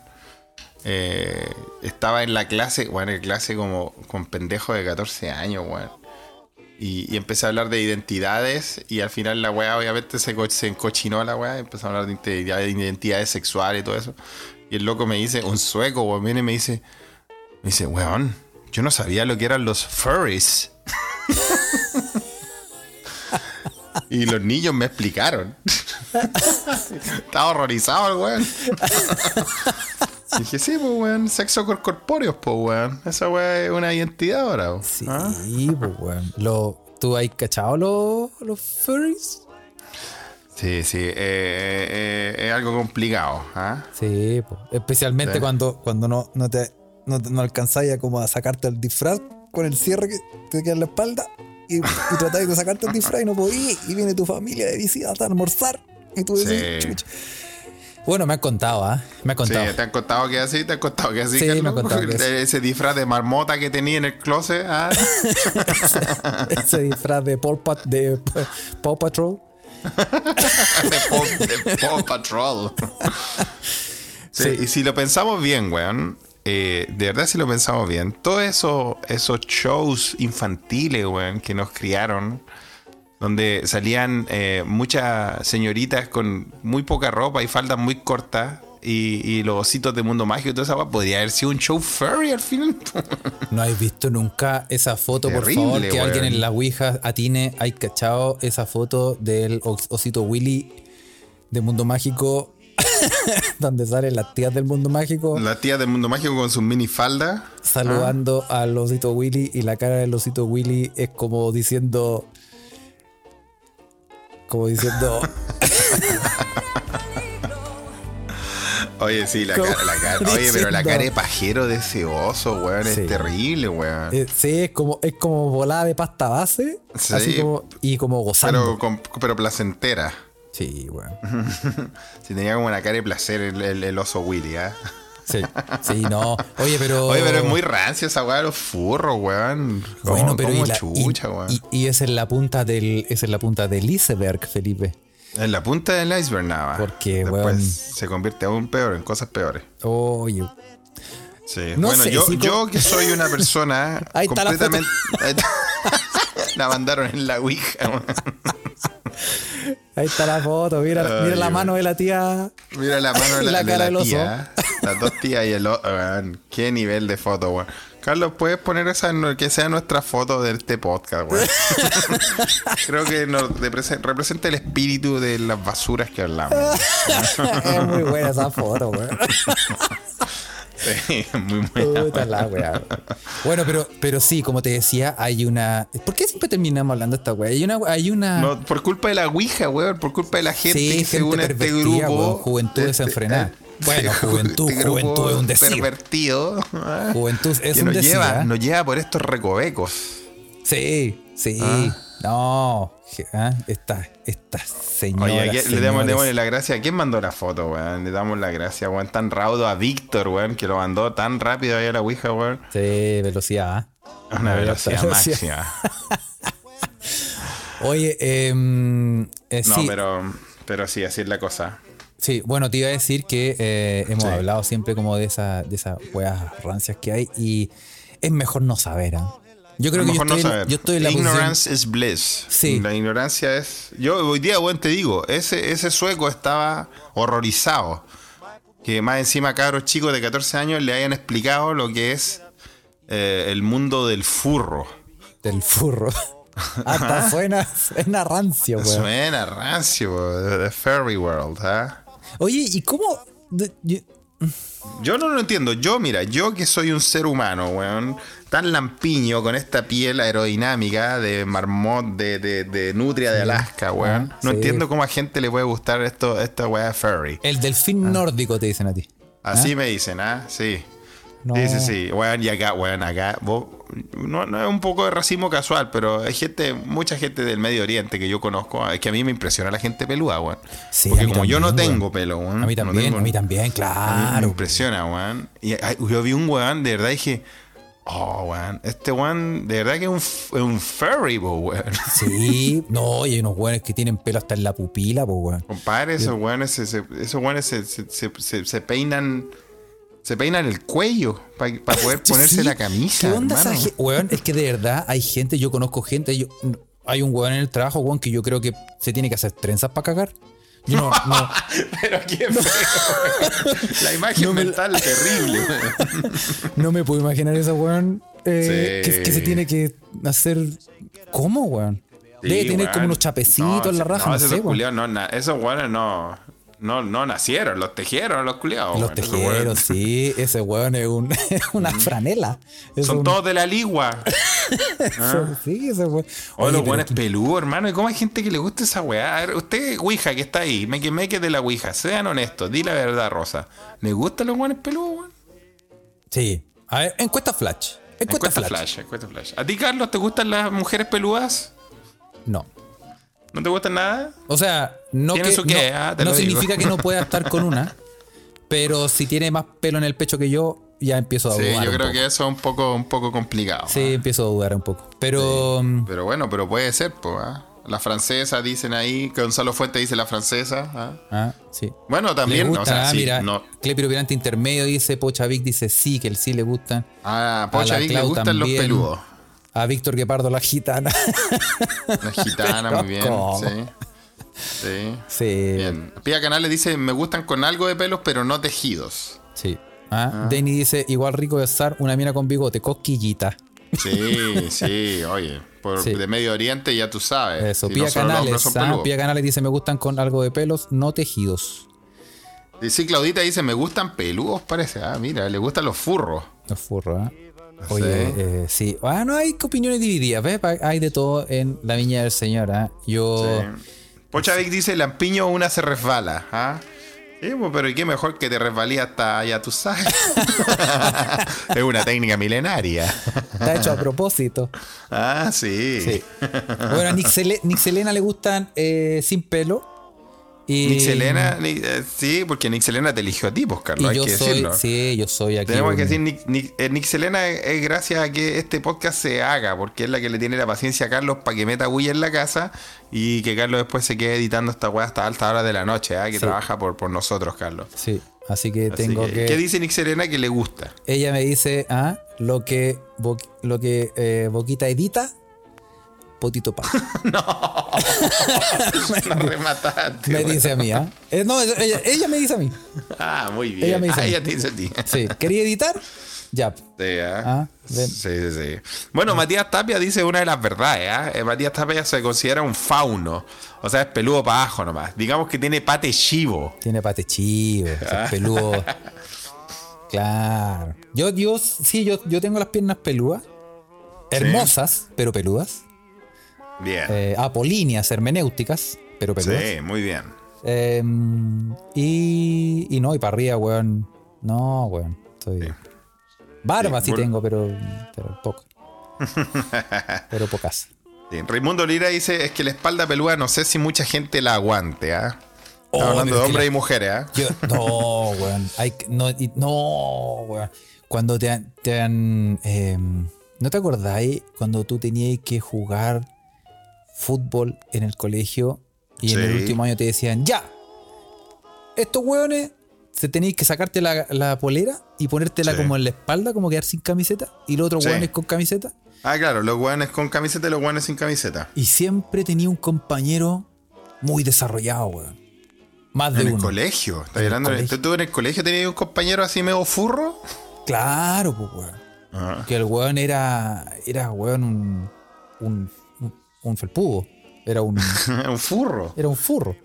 Speaker 2: eh, estaba en la clase, weón, en clase como con pendejo de 14 años, weón. Y, y empecé a hablar de identidades y al final la weá obviamente se, co- se encochinó la weá, empezó a hablar de identidad- de identidades sexuales y todo eso. Y el loco me dice, un sueco, weón, viene y me dice, me dice, weón, yo no sabía lo que eran los
Speaker 3: *laughs*
Speaker 2: furries. y los niños me explicaron. Estaba horrorizado el
Speaker 3: *laughs*
Speaker 2: weón. Y dije, sí, pues weón, sexo con corpóreos, pues weón. Esa weón es una identidad ahora. po".
Speaker 3: Sí,
Speaker 2: ¿Ah?
Speaker 3: pues weón. Lo- ¿Tú has cachado los, los furries?
Speaker 2: Sí, sí, eh, eh, eh, es algo complicado. ¿ah?
Speaker 3: Sí, po. especialmente
Speaker 2: Sí.
Speaker 3: cuando, cuando no, no te no, te- no alcanzáis a como a sacarte el disfraz con el cierre que te queda en la espalda y, y tratáis de sacarte el disfraz y no podías y viene tu familia de visita a almorzar y tú decís,
Speaker 2: Sí.
Speaker 3: chucha. Bueno, me han contado, ¿ah? Me han contado.
Speaker 2: Sí, te han contado que así, te han contado que así.
Speaker 3: Sí,
Speaker 2: Carlos?
Speaker 3: me han contado que así.
Speaker 2: *laughs* Ese disfraz de marmota que tenía en el closet. ah.
Speaker 3: *laughs* Ese disfraz de Paw, Pat- de Paw Patrol.
Speaker 2: *laughs* de, Paw, de Paw Patrol. Sí,
Speaker 3: Sí.
Speaker 2: Y si lo pensamos bien, weón, eh, de verdad si lo pensamos bien, todos esos esos shows infantiles, weón, que nos criaron, donde salían eh, muchas señoritas con muy poca ropa y faldas muy cortas. Y, y los ositos de mundo mágico y toda esa weá, podría haber sido un show furry al final.
Speaker 3: ¿No has visto nunca esa foto,
Speaker 2: Terrible,
Speaker 3: por favor? Que
Speaker 2: weón.
Speaker 3: alguien en la Ouija atine, hay cachado esa foto del os- osito Willy de Mundo Mágico, *laughs* donde salen las tías del Mundo Mágico
Speaker 2: La tía del mundo mágico con su mini falda.
Speaker 3: saludando al osito Willy y la cara del osito Willy es como diciendo... Como
Speaker 2: *laughs*
Speaker 3: diciendo...
Speaker 2: Oye, sí, la
Speaker 3: ¿Cómo
Speaker 2: cara, la
Speaker 3: *laughs*
Speaker 2: cara. Oye, pero la
Speaker 3: diciendo?
Speaker 2: cara de pajero de ese oso, weón,
Speaker 3: Sí.
Speaker 2: es terrible, weón.
Speaker 3: eh, sí, es como, es como volada de pasta base.
Speaker 2: Sí.
Speaker 3: Así como, y como gozando.
Speaker 2: Pero, con- pero placentera.
Speaker 3: Sí, weón.
Speaker 2: Si tenía como una cara de placer el, el- el oso Willy, ¿ah?
Speaker 3: Sí, sí, no. Oye, pero...
Speaker 2: Oye, pero es muy rancio esa weá de los furros, weón. Como-
Speaker 3: Bueno, pero
Speaker 2: como
Speaker 3: y, la- y-
Speaker 2: chucha, weón.
Speaker 3: y- y esa es la punta del esa es la punta del iceberg, Felipe.
Speaker 2: En la punta del iceberg nada. más.
Speaker 3: Porque,
Speaker 2: Después
Speaker 3: weón.
Speaker 2: se convierte aún peor, en cosas peores.
Speaker 3: Oye,
Speaker 2: Sí.
Speaker 3: No
Speaker 2: bueno,
Speaker 3: sé,
Speaker 2: yo,
Speaker 3: si co-
Speaker 2: yo que soy una persona
Speaker 3: *laughs* Ahí está la foto.
Speaker 2: completamente. *laughs* la mandaron en la Ouija, weón.
Speaker 3: ahí está la foto, mira,
Speaker 2: Ay,
Speaker 3: mira la
Speaker 2: weón.
Speaker 3: mano de la tía. *laughs*
Speaker 2: Mira la mano de la,
Speaker 3: La
Speaker 2: de
Speaker 3: cara
Speaker 2: la
Speaker 3: del oso.
Speaker 2: tía. ¿eh? Las dos tías y el oso. Qué nivel de foto, weón. Carlos, ¿puedes poner esa en- que sea nuestra foto de este podcast,
Speaker 3: *laughs*
Speaker 2: weón? Creo que nos represe- representa el espíritu de las basuras que hablamos.
Speaker 3: es muy buena esa foto, weón.
Speaker 2: Sí, *laughs* muy buena.
Speaker 3: Puta la weá. Bueno, pero, pero sí, como te decía, hay una. ¿Por qué siempre terminamos hablando de esta weá? Hay una. Hay una...
Speaker 2: No, por culpa de la Ouija, weón. Por culpa de la gente
Speaker 3: Sí,
Speaker 2: que
Speaker 3: gente
Speaker 2: según este
Speaker 3: pervertida,
Speaker 2: grupo. este, eh,
Speaker 3: weón, juventud desenfrenada.
Speaker 2: *laughs*
Speaker 3: Bueno, juventud, juventud es un decir.
Speaker 2: Pervertido. ah,
Speaker 3: Juventud es
Speaker 2: este que
Speaker 3: un
Speaker 2: nos
Speaker 3: decir,
Speaker 2: lleva,
Speaker 3: ¿ah?
Speaker 2: nos lleva por estos recovecos.
Speaker 3: Sí, sí.
Speaker 2: Ah.
Speaker 3: No. je- ah, Esta, esta señora.
Speaker 2: Oye, aquí le damos, le damos
Speaker 3: señores.
Speaker 2: la gracia. ¿A quién mandó la foto, weón? Le damos la gracia, weón. Tan raudo a Víctor, weón, que lo mandó tan rápido ahí a la Ouija, weón.
Speaker 3: Sí, velocidad. ¿ah?
Speaker 2: A una
Speaker 3: *laughs*
Speaker 2: velocidad
Speaker 3: velocidad.
Speaker 2: máxima.
Speaker 3: Oye, em, eh,
Speaker 2: No,
Speaker 3: sí,
Speaker 2: pero, pero sí, así es la cosa.
Speaker 3: sí, bueno, te iba a decir que eh, hemos
Speaker 2: Sí.
Speaker 3: hablado siempre como de esa, de esas weas rancias que hay y es mejor no saber. ¿ah? Yo creo
Speaker 2: a lo
Speaker 3: que yo
Speaker 2: mejor
Speaker 3: estoy,
Speaker 2: no
Speaker 3: en-
Speaker 2: saber.
Speaker 3: yo estoy en la posición-
Speaker 2: Ignorance is bliss.
Speaker 3: Sí.
Speaker 2: La ignorancia es. Yo hoy día, weón, te digo, ese, ese sueco estaba horrorizado. Que más encima, cabros chicos de 14 años le hayan explicado lo que es eh, el mundo del furro.
Speaker 3: del
Speaker 2: *laughs*
Speaker 3: furro. Hasta suena, suena rancio, weón.
Speaker 2: Suena rancio, weón. The Fairy World, ¿ah?
Speaker 3: Oye, ¿y cómo? de- yo-
Speaker 2: Yo no lo entiendo. Yo, mira, yo que soy un ser humano, weón, tan lampiño con esta piel aerodinámica de marmot, de, de, de nutria de Alaska, weón.
Speaker 3: Ah,
Speaker 2: No
Speaker 3: sí.
Speaker 2: entiendo cómo a gente le puede gustar esto, esta weá furry.
Speaker 3: el delfín
Speaker 2: Ah.
Speaker 3: nórdico te dicen a ti.
Speaker 2: Así me dicen, ¿ah? Sí.
Speaker 3: No.
Speaker 2: Sí, sí, sí. Weón, y acá, weón, acá. vos- no, no es un poco de racismo casual, pero hay gente, mucha gente del Medio Oriente que yo conozco. Es que a mí me impresiona la gente peluda, weón.
Speaker 3: Sí, a
Speaker 2: Porque
Speaker 3: mí
Speaker 2: como yo no
Speaker 3: también,
Speaker 2: tengo
Speaker 3: weón.
Speaker 2: pelo, weón.
Speaker 3: A mí
Speaker 2: Mm, no
Speaker 3: también,
Speaker 2: tengo-
Speaker 3: a mí también,
Speaker 2: a mí me
Speaker 3: claro.
Speaker 2: impresiona, weón. Y ay, yo vi un weón, de verdad dije, oh, weón, este weón, de verdad que es un, f- es un furry, po, weón. *laughs*
Speaker 3: Sí, no, y hay unos weones que tienen pelo hasta en la pupila, pues, weón.
Speaker 2: Compadre, esos weones, se, se- esos weones se, se- se- se- se peinan. Se peinan el cuello para
Speaker 3: *laughs*
Speaker 2: poder ponerse
Speaker 3: Sí,
Speaker 2: la camisa.
Speaker 3: ¿Qué onda esa
Speaker 2: hermano.
Speaker 3: ge- Weón, es que de verdad hay gente, yo conozco gente, yo- hay un weón en el trabajo, weón, que yo creo que se tiene que hacer trenzas para cagar. Yo no, no,
Speaker 2: Pero *laughs* qué feo, weón. La imagen
Speaker 3: No me la-
Speaker 2: mental terrible. weón.
Speaker 3: no me puedo imaginar ese weón eh,
Speaker 2: Sí.
Speaker 3: que, que se tiene que hacer. ¿Cómo, weón? *laughs* Debe
Speaker 2: Sí,
Speaker 3: tener
Speaker 2: weón.
Speaker 3: como unos chapecitos
Speaker 2: No,
Speaker 3: en la
Speaker 2: se-
Speaker 3: raja,
Speaker 2: no,
Speaker 3: no,
Speaker 2: esos
Speaker 3: sé, weón.
Speaker 2: culiados no na- esos weones no, no, no nacieron, los tejieron los culiados.
Speaker 3: Los
Speaker 2: weón. Esos weones-
Speaker 3: tejeros, sí, ese weón es un- *laughs* es una franela. Es
Speaker 2: Son
Speaker 3: un-
Speaker 2: todos de la ligua. Ah.
Speaker 3: *laughs* Sí, ese weón.
Speaker 2: O
Speaker 3: Oye,
Speaker 2: los
Speaker 3: pero
Speaker 2: buenos
Speaker 3: qué-
Speaker 2: peludos, hermano. ¿Y cómo hay gente que le gusta esa weá? A ver, usted, Ouija, que está ahí, me que de la Ouija, sean honestos, di la verdad, Rosa. ¿Le gustan los buenos peludos, weón?
Speaker 3: Sí. A ver, encuesta flash. Encuesta,
Speaker 2: Encuesta
Speaker 3: flash.
Speaker 2: flash, encuesta flash. ¿A ti, Carlos, te gustan las mujeres peludas?
Speaker 3: No.
Speaker 2: ¿No te gusta nada?
Speaker 3: O sea, no,
Speaker 2: Tiene
Speaker 3: que-
Speaker 2: su qué,
Speaker 3: no-
Speaker 2: ah, te
Speaker 3: no
Speaker 2: lo digo.
Speaker 3: significa
Speaker 2: *laughs*
Speaker 3: que no pueda estar con una, pero si tiene más pelo en el pecho que yo, ya empiezo a
Speaker 2: Sí,
Speaker 3: dudar.
Speaker 2: yo
Speaker 3: un
Speaker 2: creo
Speaker 3: poco.
Speaker 2: que eso es un poco, un poco complicado.
Speaker 3: Sí, empiezo a dudar un poco. Pero mm,
Speaker 2: Pero bueno, pero puede ser, pues. ¿ah? La francesa dicen ahí, que Gonzalo Fuente dice la francesa. ¿ah?
Speaker 3: ah, sí.
Speaker 2: Bueno,
Speaker 3: Le
Speaker 2: también,
Speaker 3: gusta,
Speaker 2: o sea,
Speaker 3: ah,
Speaker 2: sí,
Speaker 3: mira,
Speaker 2: no.
Speaker 3: Clepiro Pirante Intermedio dice, Pochavic dice sí, que el sí le gustan.
Speaker 2: Ah, Pocha
Speaker 3: A la
Speaker 2: Vic le
Speaker 3: Clau
Speaker 2: gustan
Speaker 3: también.
Speaker 2: los peludos.
Speaker 3: A Víctor Guepardo, la gitana. *laughs*
Speaker 2: Las gitanas,
Speaker 3: Pero
Speaker 2: muy bien.
Speaker 3: ¿cómo?
Speaker 2: Sí. Sí.
Speaker 3: sí,
Speaker 2: Bien. Em, Pía Canales dice, me gustan con algo de pelos, pero no tejidos.
Speaker 3: sí. Ah, Denny dice, igual rico besar una mina con bigote, cosquillita.
Speaker 2: Sí, *laughs* sí, oye. Por,
Speaker 3: Sí.
Speaker 2: De Medio Oriente ya tú sabes.
Speaker 3: Eso,
Speaker 2: Si
Speaker 3: Pía
Speaker 2: no solo los hombres
Speaker 3: Canales.
Speaker 2: son
Speaker 3: ah,
Speaker 2: peludos.
Speaker 3: Pía Canales dice, me gustan con algo de pelos, no tejidos.
Speaker 2: Y sí, Claudita dice, me gustan peludos, parece. Ah, mira, le gustan los furros.
Speaker 3: Los furros, ¿ah?
Speaker 2: Sí.
Speaker 3: Oye, eh, sí. Ah, no, hay opiniones divididas, ¿ves? Pa- Hay de todo en la viña del señor, ¿ah? Yo...
Speaker 2: Pochavic dice, lampiño una se resbala. ¿ah? Sí, pues, pero ¿y qué mejor que te resbalí hasta allá
Speaker 3: *laughs*
Speaker 2: tú sabes? es una técnica milenaria.
Speaker 3: Está hecho a propósito.
Speaker 2: Ah, sí.
Speaker 3: Sí. Bueno, a Nick Sele- Nick Selena le gustan eh, sin pelo. Y,
Speaker 2: Nick Selena, Nick- eh, sí, porque Nick Selena te eligió a ti, pues,
Speaker 3: Y
Speaker 2: Carlos, hay
Speaker 3: yo
Speaker 2: que
Speaker 3: soy,
Speaker 2: decirlo.
Speaker 3: sí, yo soy aquí.
Speaker 2: Tenemos
Speaker 3: un-
Speaker 2: que decir, Nick, Nick- eh, Nick Selena es, es gracias a que este podcast se haga, porque es la que le tiene la paciencia a Carlos para que meta bulla en la casa y que Carlos después se quede editando esta weá hasta altas horas de la noche, ah, que
Speaker 3: Sí.
Speaker 2: trabaja por, por nosotros, Carlos.
Speaker 3: Sí, así que
Speaker 2: Así
Speaker 3: tengo
Speaker 2: que-
Speaker 3: que.
Speaker 2: ¿Qué dice Nick Serena que
Speaker 3: *laughs*
Speaker 2: le gusta? *laughs*
Speaker 3: ella me dice, ah, lo que, bo- lo que eh, Boquita edita, potito pa.
Speaker 2: No remataste.
Speaker 3: me
Speaker 2: güey.
Speaker 3: dice a mí, ¿ah? Eh, no, ella, ella me dice a mí.
Speaker 2: Ah, muy bien.
Speaker 3: Ella me dice-
Speaker 2: ah, ella te dice
Speaker 3: *laughs*
Speaker 2: a ti. *laughs*
Speaker 3: Sí, quería editar, ya.
Speaker 2: Sí, ¿ah?
Speaker 3: Ah, ven.
Speaker 2: sí, sí, sí. Bueno, Matías Tapia dice una de las verdades. ¿ah? Eh, Matías Tapia se considera un fauno. O sea, es peludo para abajo nomás. Digamos que tiene pate chivo.
Speaker 3: Tiene pate chivo, o
Speaker 2: Ah.
Speaker 3: sea, peludo. Claro. Yo, yo, sí, yo, yo tengo las piernas peludas. Hermosas, pero peludas.
Speaker 2: Bien.
Speaker 3: Eh, apolíneas, hermenéuticas, pero peludas.
Speaker 2: sí, muy bien.
Speaker 3: Eh, y, y no, y para arriba, weón. No, weón. Estoy... Barba
Speaker 2: Sí,
Speaker 3: sí
Speaker 2: bueno.
Speaker 3: tengo, pero, pero
Speaker 2: *laughs*
Speaker 3: poco. pero pocas.
Speaker 2: Bien. Raimundo Lira dice: Es que la espalda peluda no sé si mucha gente la aguante. ¿ah? Estamos
Speaker 3: Oh,
Speaker 2: hablando
Speaker 3: pero
Speaker 2: de
Speaker 3: es que
Speaker 2: hombres
Speaker 3: la-
Speaker 2: y mujeres. ¿ah?
Speaker 3: Yo- no, weón. Hay que- no, y- no, weón. Cuando te han. te han, eh, ¿No te acordáis cuando tú tenías que jugar fútbol en el colegio y en el
Speaker 2: Sí.
Speaker 3: último año te decían, ya, estos weones se tenéis que sacarte la, la polera y ponértela
Speaker 2: Sí.
Speaker 3: como en la espalda, como quedar sin camiseta, y los otros
Speaker 2: Sí.
Speaker 3: weones con camiseta?
Speaker 2: Ah, claro, los guanes con camiseta y los guanes sin camiseta.
Speaker 3: Y siempre tenía un compañero muy desarrollado, weón. Más de
Speaker 2: En el
Speaker 3: uno.
Speaker 2: colegio. ¿Estás
Speaker 3: En el
Speaker 2: hablando? de-
Speaker 3: colegio.
Speaker 2: ¿Tú en el colegio tenías un compañero así medio furro?
Speaker 3: Claro, pues, weón.
Speaker 2: Ah.
Speaker 3: Que el weón era. Era weón un. un. un- un felpudo. Era
Speaker 2: *laughs*
Speaker 3: un.
Speaker 2: *laughs* un furro.
Speaker 3: Era un furro.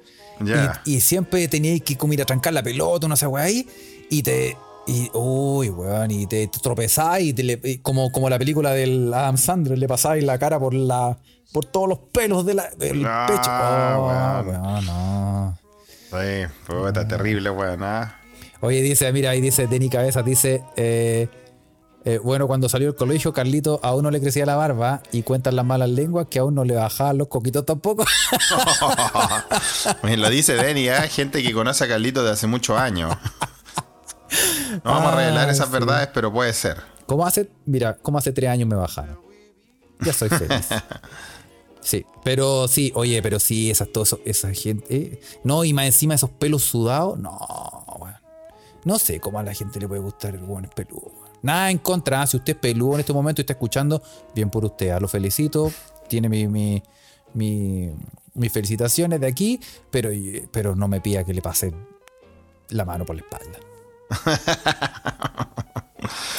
Speaker 2: Ya.
Speaker 3: Y, y siempre tenías que como ir a trancar la pelota, no sé, weón, ahí. Y te. Y, uy, weón, y te, te tropezás y, te le- y como, como la película del Adam Sandler, le pasabas la cara por la por todos los pelos de la- del
Speaker 2: Ah,
Speaker 3: pecho. Oh,
Speaker 2: weón.
Speaker 3: weón, no.
Speaker 2: Sí, puta, terrible, weón. ah.
Speaker 3: Oye, dice, mira, ahí dice Denny Cabezas, dice, eh, eh, bueno, cuando salió del colegio, Carlito aún no le crecía la barba y cuentan las malas lenguas que aún no le bajaban los coquitos tampoco. *laughs*
Speaker 2: Me lo dice
Speaker 3: *laughs*
Speaker 2: Denny, ¿eh? gente que conoce a Carlito de hace muchos años. No vamos a
Speaker 3: Ah,
Speaker 2: revelar esas
Speaker 3: sí.
Speaker 2: verdades, pero puede ser.
Speaker 3: ¿Cómo hace? Mira, como hace tres años me bajaron. Ya soy feliz. *laughs* Sí, pero sí, oye, pero sí, esas, todo eso- esa gente. eh, no, y más encima esos pelos sudados. No, weón. No sé cómo a la gente le puede gustar el buen peludo. weón. Nada en contra. ah, Si usted es peludo en este momento y está escuchando, bien por usted. ah, Lo felicito. Tiene mi, mi- mi- mis felicitaciones de aquí, pero, pero no me pida que le pase la mano por la *laughs* espalda.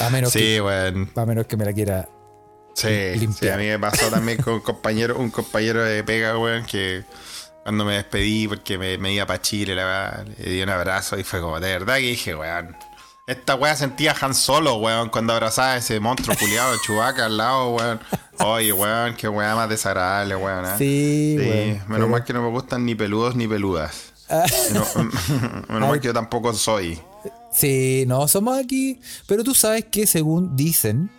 Speaker 3: A menos,
Speaker 2: Sí, weón.
Speaker 3: que, a menos que me la quiera.
Speaker 2: Sí,
Speaker 3: limpiar.
Speaker 2: sí, a mí me pasó también con un compañero, un compañero de pega, weón, que cuando me despedí porque me, me iba para Chile, la verdad, le di un abrazo y fue como, de verdad que dije, weón. Esta weá sentía a Han Solo, weón, cuando abrazaba a ese monstruo culiado de Chewbacca al lado, weón. Oye, weón, qué weá más desagradable, weón. ¿eh?
Speaker 3: Sí,
Speaker 2: Sí,
Speaker 3: weón,
Speaker 2: menos
Speaker 3: pero- Ah.
Speaker 2: mal que no me gustan ni peludos ni peludas. Menos, *laughs* menos mal que yo tampoco soy.
Speaker 3: Sí, no, somos aquí. Pero tú sabes que según dicen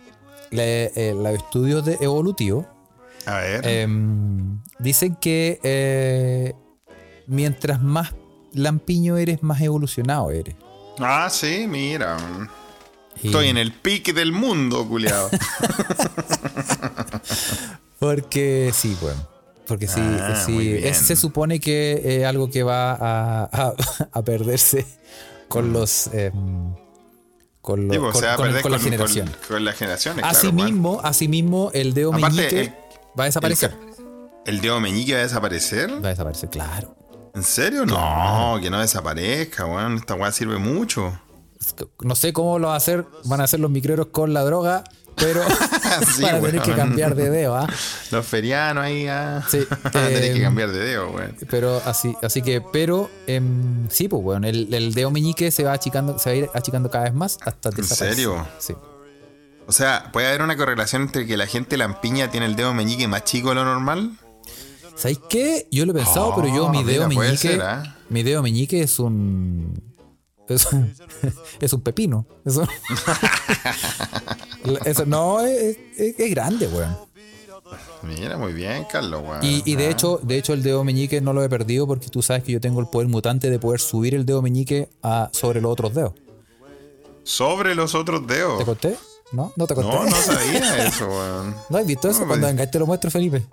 Speaker 3: la- eh, los estudios de evolutivos,
Speaker 2: A ver.
Speaker 3: Em, dicen que eh, mientras más lampiño eres, más evolucionado eres.
Speaker 2: Ah, sí, mira.
Speaker 3: Y-
Speaker 2: Estoy en el pique del mundo, culiado.
Speaker 3: Porque sí, bueno. Porque sí,
Speaker 2: Ah,
Speaker 3: sí,
Speaker 2: muy bien.
Speaker 3: es- se supone que es algo que va a, a- *laughs* a perderse
Speaker 2: Mm.
Speaker 3: con los. em, con, los
Speaker 2: Tipo,
Speaker 3: con,
Speaker 2: se va a
Speaker 3: con-
Speaker 2: perder
Speaker 3: con la generación.
Speaker 2: Con, las generaciones, claro. bueno.
Speaker 3: asimismo, asimismo, el dedo
Speaker 2: Aparte,
Speaker 3: meñique
Speaker 2: el-
Speaker 3: va a desaparecer.
Speaker 2: ¿El dedo meñique va a desaparecer?
Speaker 3: va a desaparecer, claro.
Speaker 2: ¿En serio? No, que no desaparezca, weón. Esta weá sirve mucho.
Speaker 3: No sé cómo lo va a hacer, van a hacer los micreros con la droga, pero
Speaker 2: *laughs*
Speaker 3: *laughs*
Speaker 2: Sí,
Speaker 3: van a tener
Speaker 2: weón.
Speaker 3: que cambiar de dedo, ¿ah?
Speaker 2: Los ferianos ahí, ah.
Speaker 3: Sí,
Speaker 2: *laughs* Van a tener que
Speaker 3: em,
Speaker 2: cambiar de dedo, weón.
Speaker 3: Pero así, así que, pero em, sí, pues bueno, el, el dedo meñique se va achicando, se va a ir achicando cada vez más hasta desaparecer.
Speaker 2: serio?
Speaker 3: Sí.
Speaker 2: O sea, ¿puede haber una correlación entre que la gente lampiña tiene el dedo meñique más chico de lo normal?
Speaker 3: ¿Sabéis qué? Yo lo he pensado,
Speaker 2: Oh,
Speaker 3: pero yo mi
Speaker 2: mira,
Speaker 3: dedo
Speaker 2: puede
Speaker 3: meñique.
Speaker 2: ser, ¿ah?
Speaker 3: Mi dedo meñique es un. Es un, *laughs* es un pepino. Es
Speaker 2: *laughs*
Speaker 3: un- eso no, es, es- es grande, weón.
Speaker 2: Mira, muy bien, Carlos, weón.
Speaker 3: Y, y de
Speaker 2: Ah.
Speaker 3: hecho, de hecho el dedo meñique no lo he perdido porque tú sabes que yo tengo el poder mutante de poder subir el dedo meñique a, sobre los otros dedos.
Speaker 2: Sobre los otros dedos.
Speaker 3: ¿Te conté? ¿No? No te conté.
Speaker 2: Oh. No, no sabía eso, weón.
Speaker 3: *laughs* ¿No has visto eso?
Speaker 2: No,
Speaker 3: cuando
Speaker 2: pues-
Speaker 3: vengáis te lo muestro, Felipe.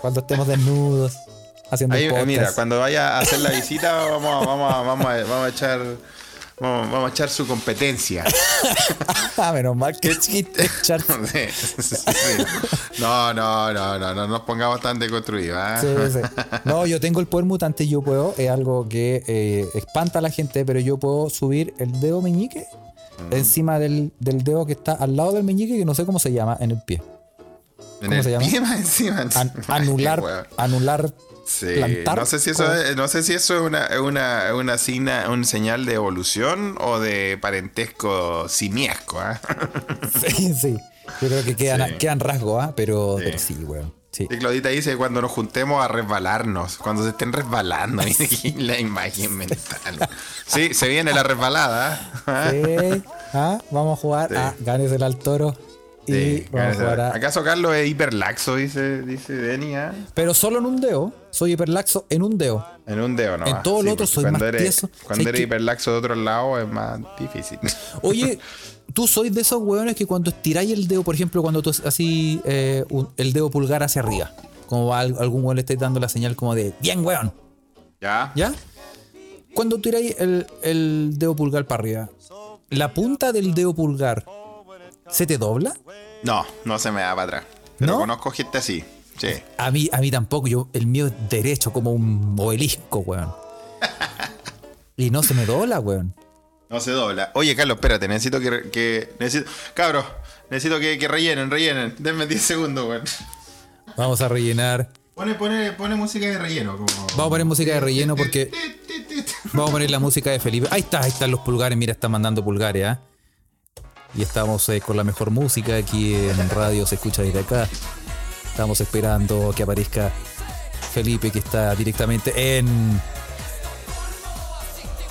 Speaker 3: Cuando estemos desnudos, haciendo
Speaker 2: Ahí, eh,
Speaker 3: podcast.
Speaker 2: mira, cuando vaya a hacer la visita, vamos, a- vamos, a- vamos, a- vamos a echar. Vamos, vamos a echar su
Speaker 3: *laughs*
Speaker 2: competencia. *laughs*
Speaker 3: Ah, menos mal que chiste, Charles.
Speaker 2: Sí, sí. No, no, no, no, no nos pongamos tan deconstruidos. ¿ah?
Speaker 3: Sí, sí. No, yo tengo el poder mutante, yo puedo, es algo que eh, espanta a la gente, pero yo puedo subir el dedo meñique
Speaker 2: Mm.
Speaker 3: encima del, del dedo que está al lado del meñique, que no sé cómo se llama, en el pie.
Speaker 2: En
Speaker 3: ¿cómo
Speaker 2: el
Speaker 3: se llama?
Speaker 2: pie más encima.
Speaker 3: An-
Speaker 2: *laughs* Ay, weón.
Speaker 3: anular, anular, *laughs*
Speaker 2: Sí,
Speaker 3: plantar.
Speaker 2: No sé si eso
Speaker 3: ¿Cómo?
Speaker 2: es, no sé si eso es una, es una, es una, signa- un señal de evolución o de parentesco simiesco. ¿ah?
Speaker 3: sí, sí. Yo creo que quedan,
Speaker 2: Sí.
Speaker 3: quedan rasgos, ¿ah? Pero,
Speaker 2: Sí.
Speaker 3: pero sí, weón. Sí.
Speaker 2: Y Claudita dice cuando nos juntemos a resbalarnos, cuando se
Speaker 3: *laughs*
Speaker 2: estén resbalando, *laughs* Mira aquí la imagen mental. Sí, se viene la resbalada. ¿ah?
Speaker 3: Sí. Ah, Vamos a jugar
Speaker 2: Sí.
Speaker 3: a Ganes el al toro. Y
Speaker 2: Sí,
Speaker 3: vamos a jugar a-
Speaker 2: ¿Acaso Carlos es hiperlaxo? Dice, dice Denny, ¿ah?
Speaker 3: Pero solo en un dedo. Soy hiperlaxo en un dedo.
Speaker 2: En un dedo, ¿no?
Speaker 3: En todo lo otro soy más
Speaker 2: eres,
Speaker 3: tieso.
Speaker 2: Cuando
Speaker 3: ¿Sabes
Speaker 2: eres
Speaker 3: qué?
Speaker 2: hiperlaxo de otro lado es más difícil. *laughs*
Speaker 3: Oye, tú sois de esos hueones que cuando estiráis el dedo, por ejemplo, cuando tú así eh, un- el dedo pulgar hacia arriba, como a al- algún hueón le estáis dando la señal como de bien hueón,
Speaker 2: ¿Ya?
Speaker 3: ¿ya? Cuando tiráis el, el dedo pulgar para arriba, la punta del dedo pulgar se te dobla?
Speaker 2: No, no se me da para atrás. Pero
Speaker 3: ¿No?
Speaker 2: conozco gente así. Sí.
Speaker 3: A mí, a mí tampoco, yo el mío es derecho como un obelisco, hueón. Y no se me dobla, hueón.
Speaker 2: No se dobla. Oye, Carlos, espérate, necesito que. re- que- necesito, cabros, necesito que, que rellenen, rellenen. Denme 10 segundos, weón.
Speaker 3: Vamos a rellenar.
Speaker 2: Pone, pone, pone música de relleno. Como...
Speaker 3: Vamos a poner música de relleno porque Vamos a poner la música de Felipe. Ahí está, ahí están los pulgares. Mira, están mandando pulgares, ¿ah? Y estamos eh, con la mejor música aquí en radio, se escucha desde acá. Estamos esperando que aparezca Felipe, que está directamente en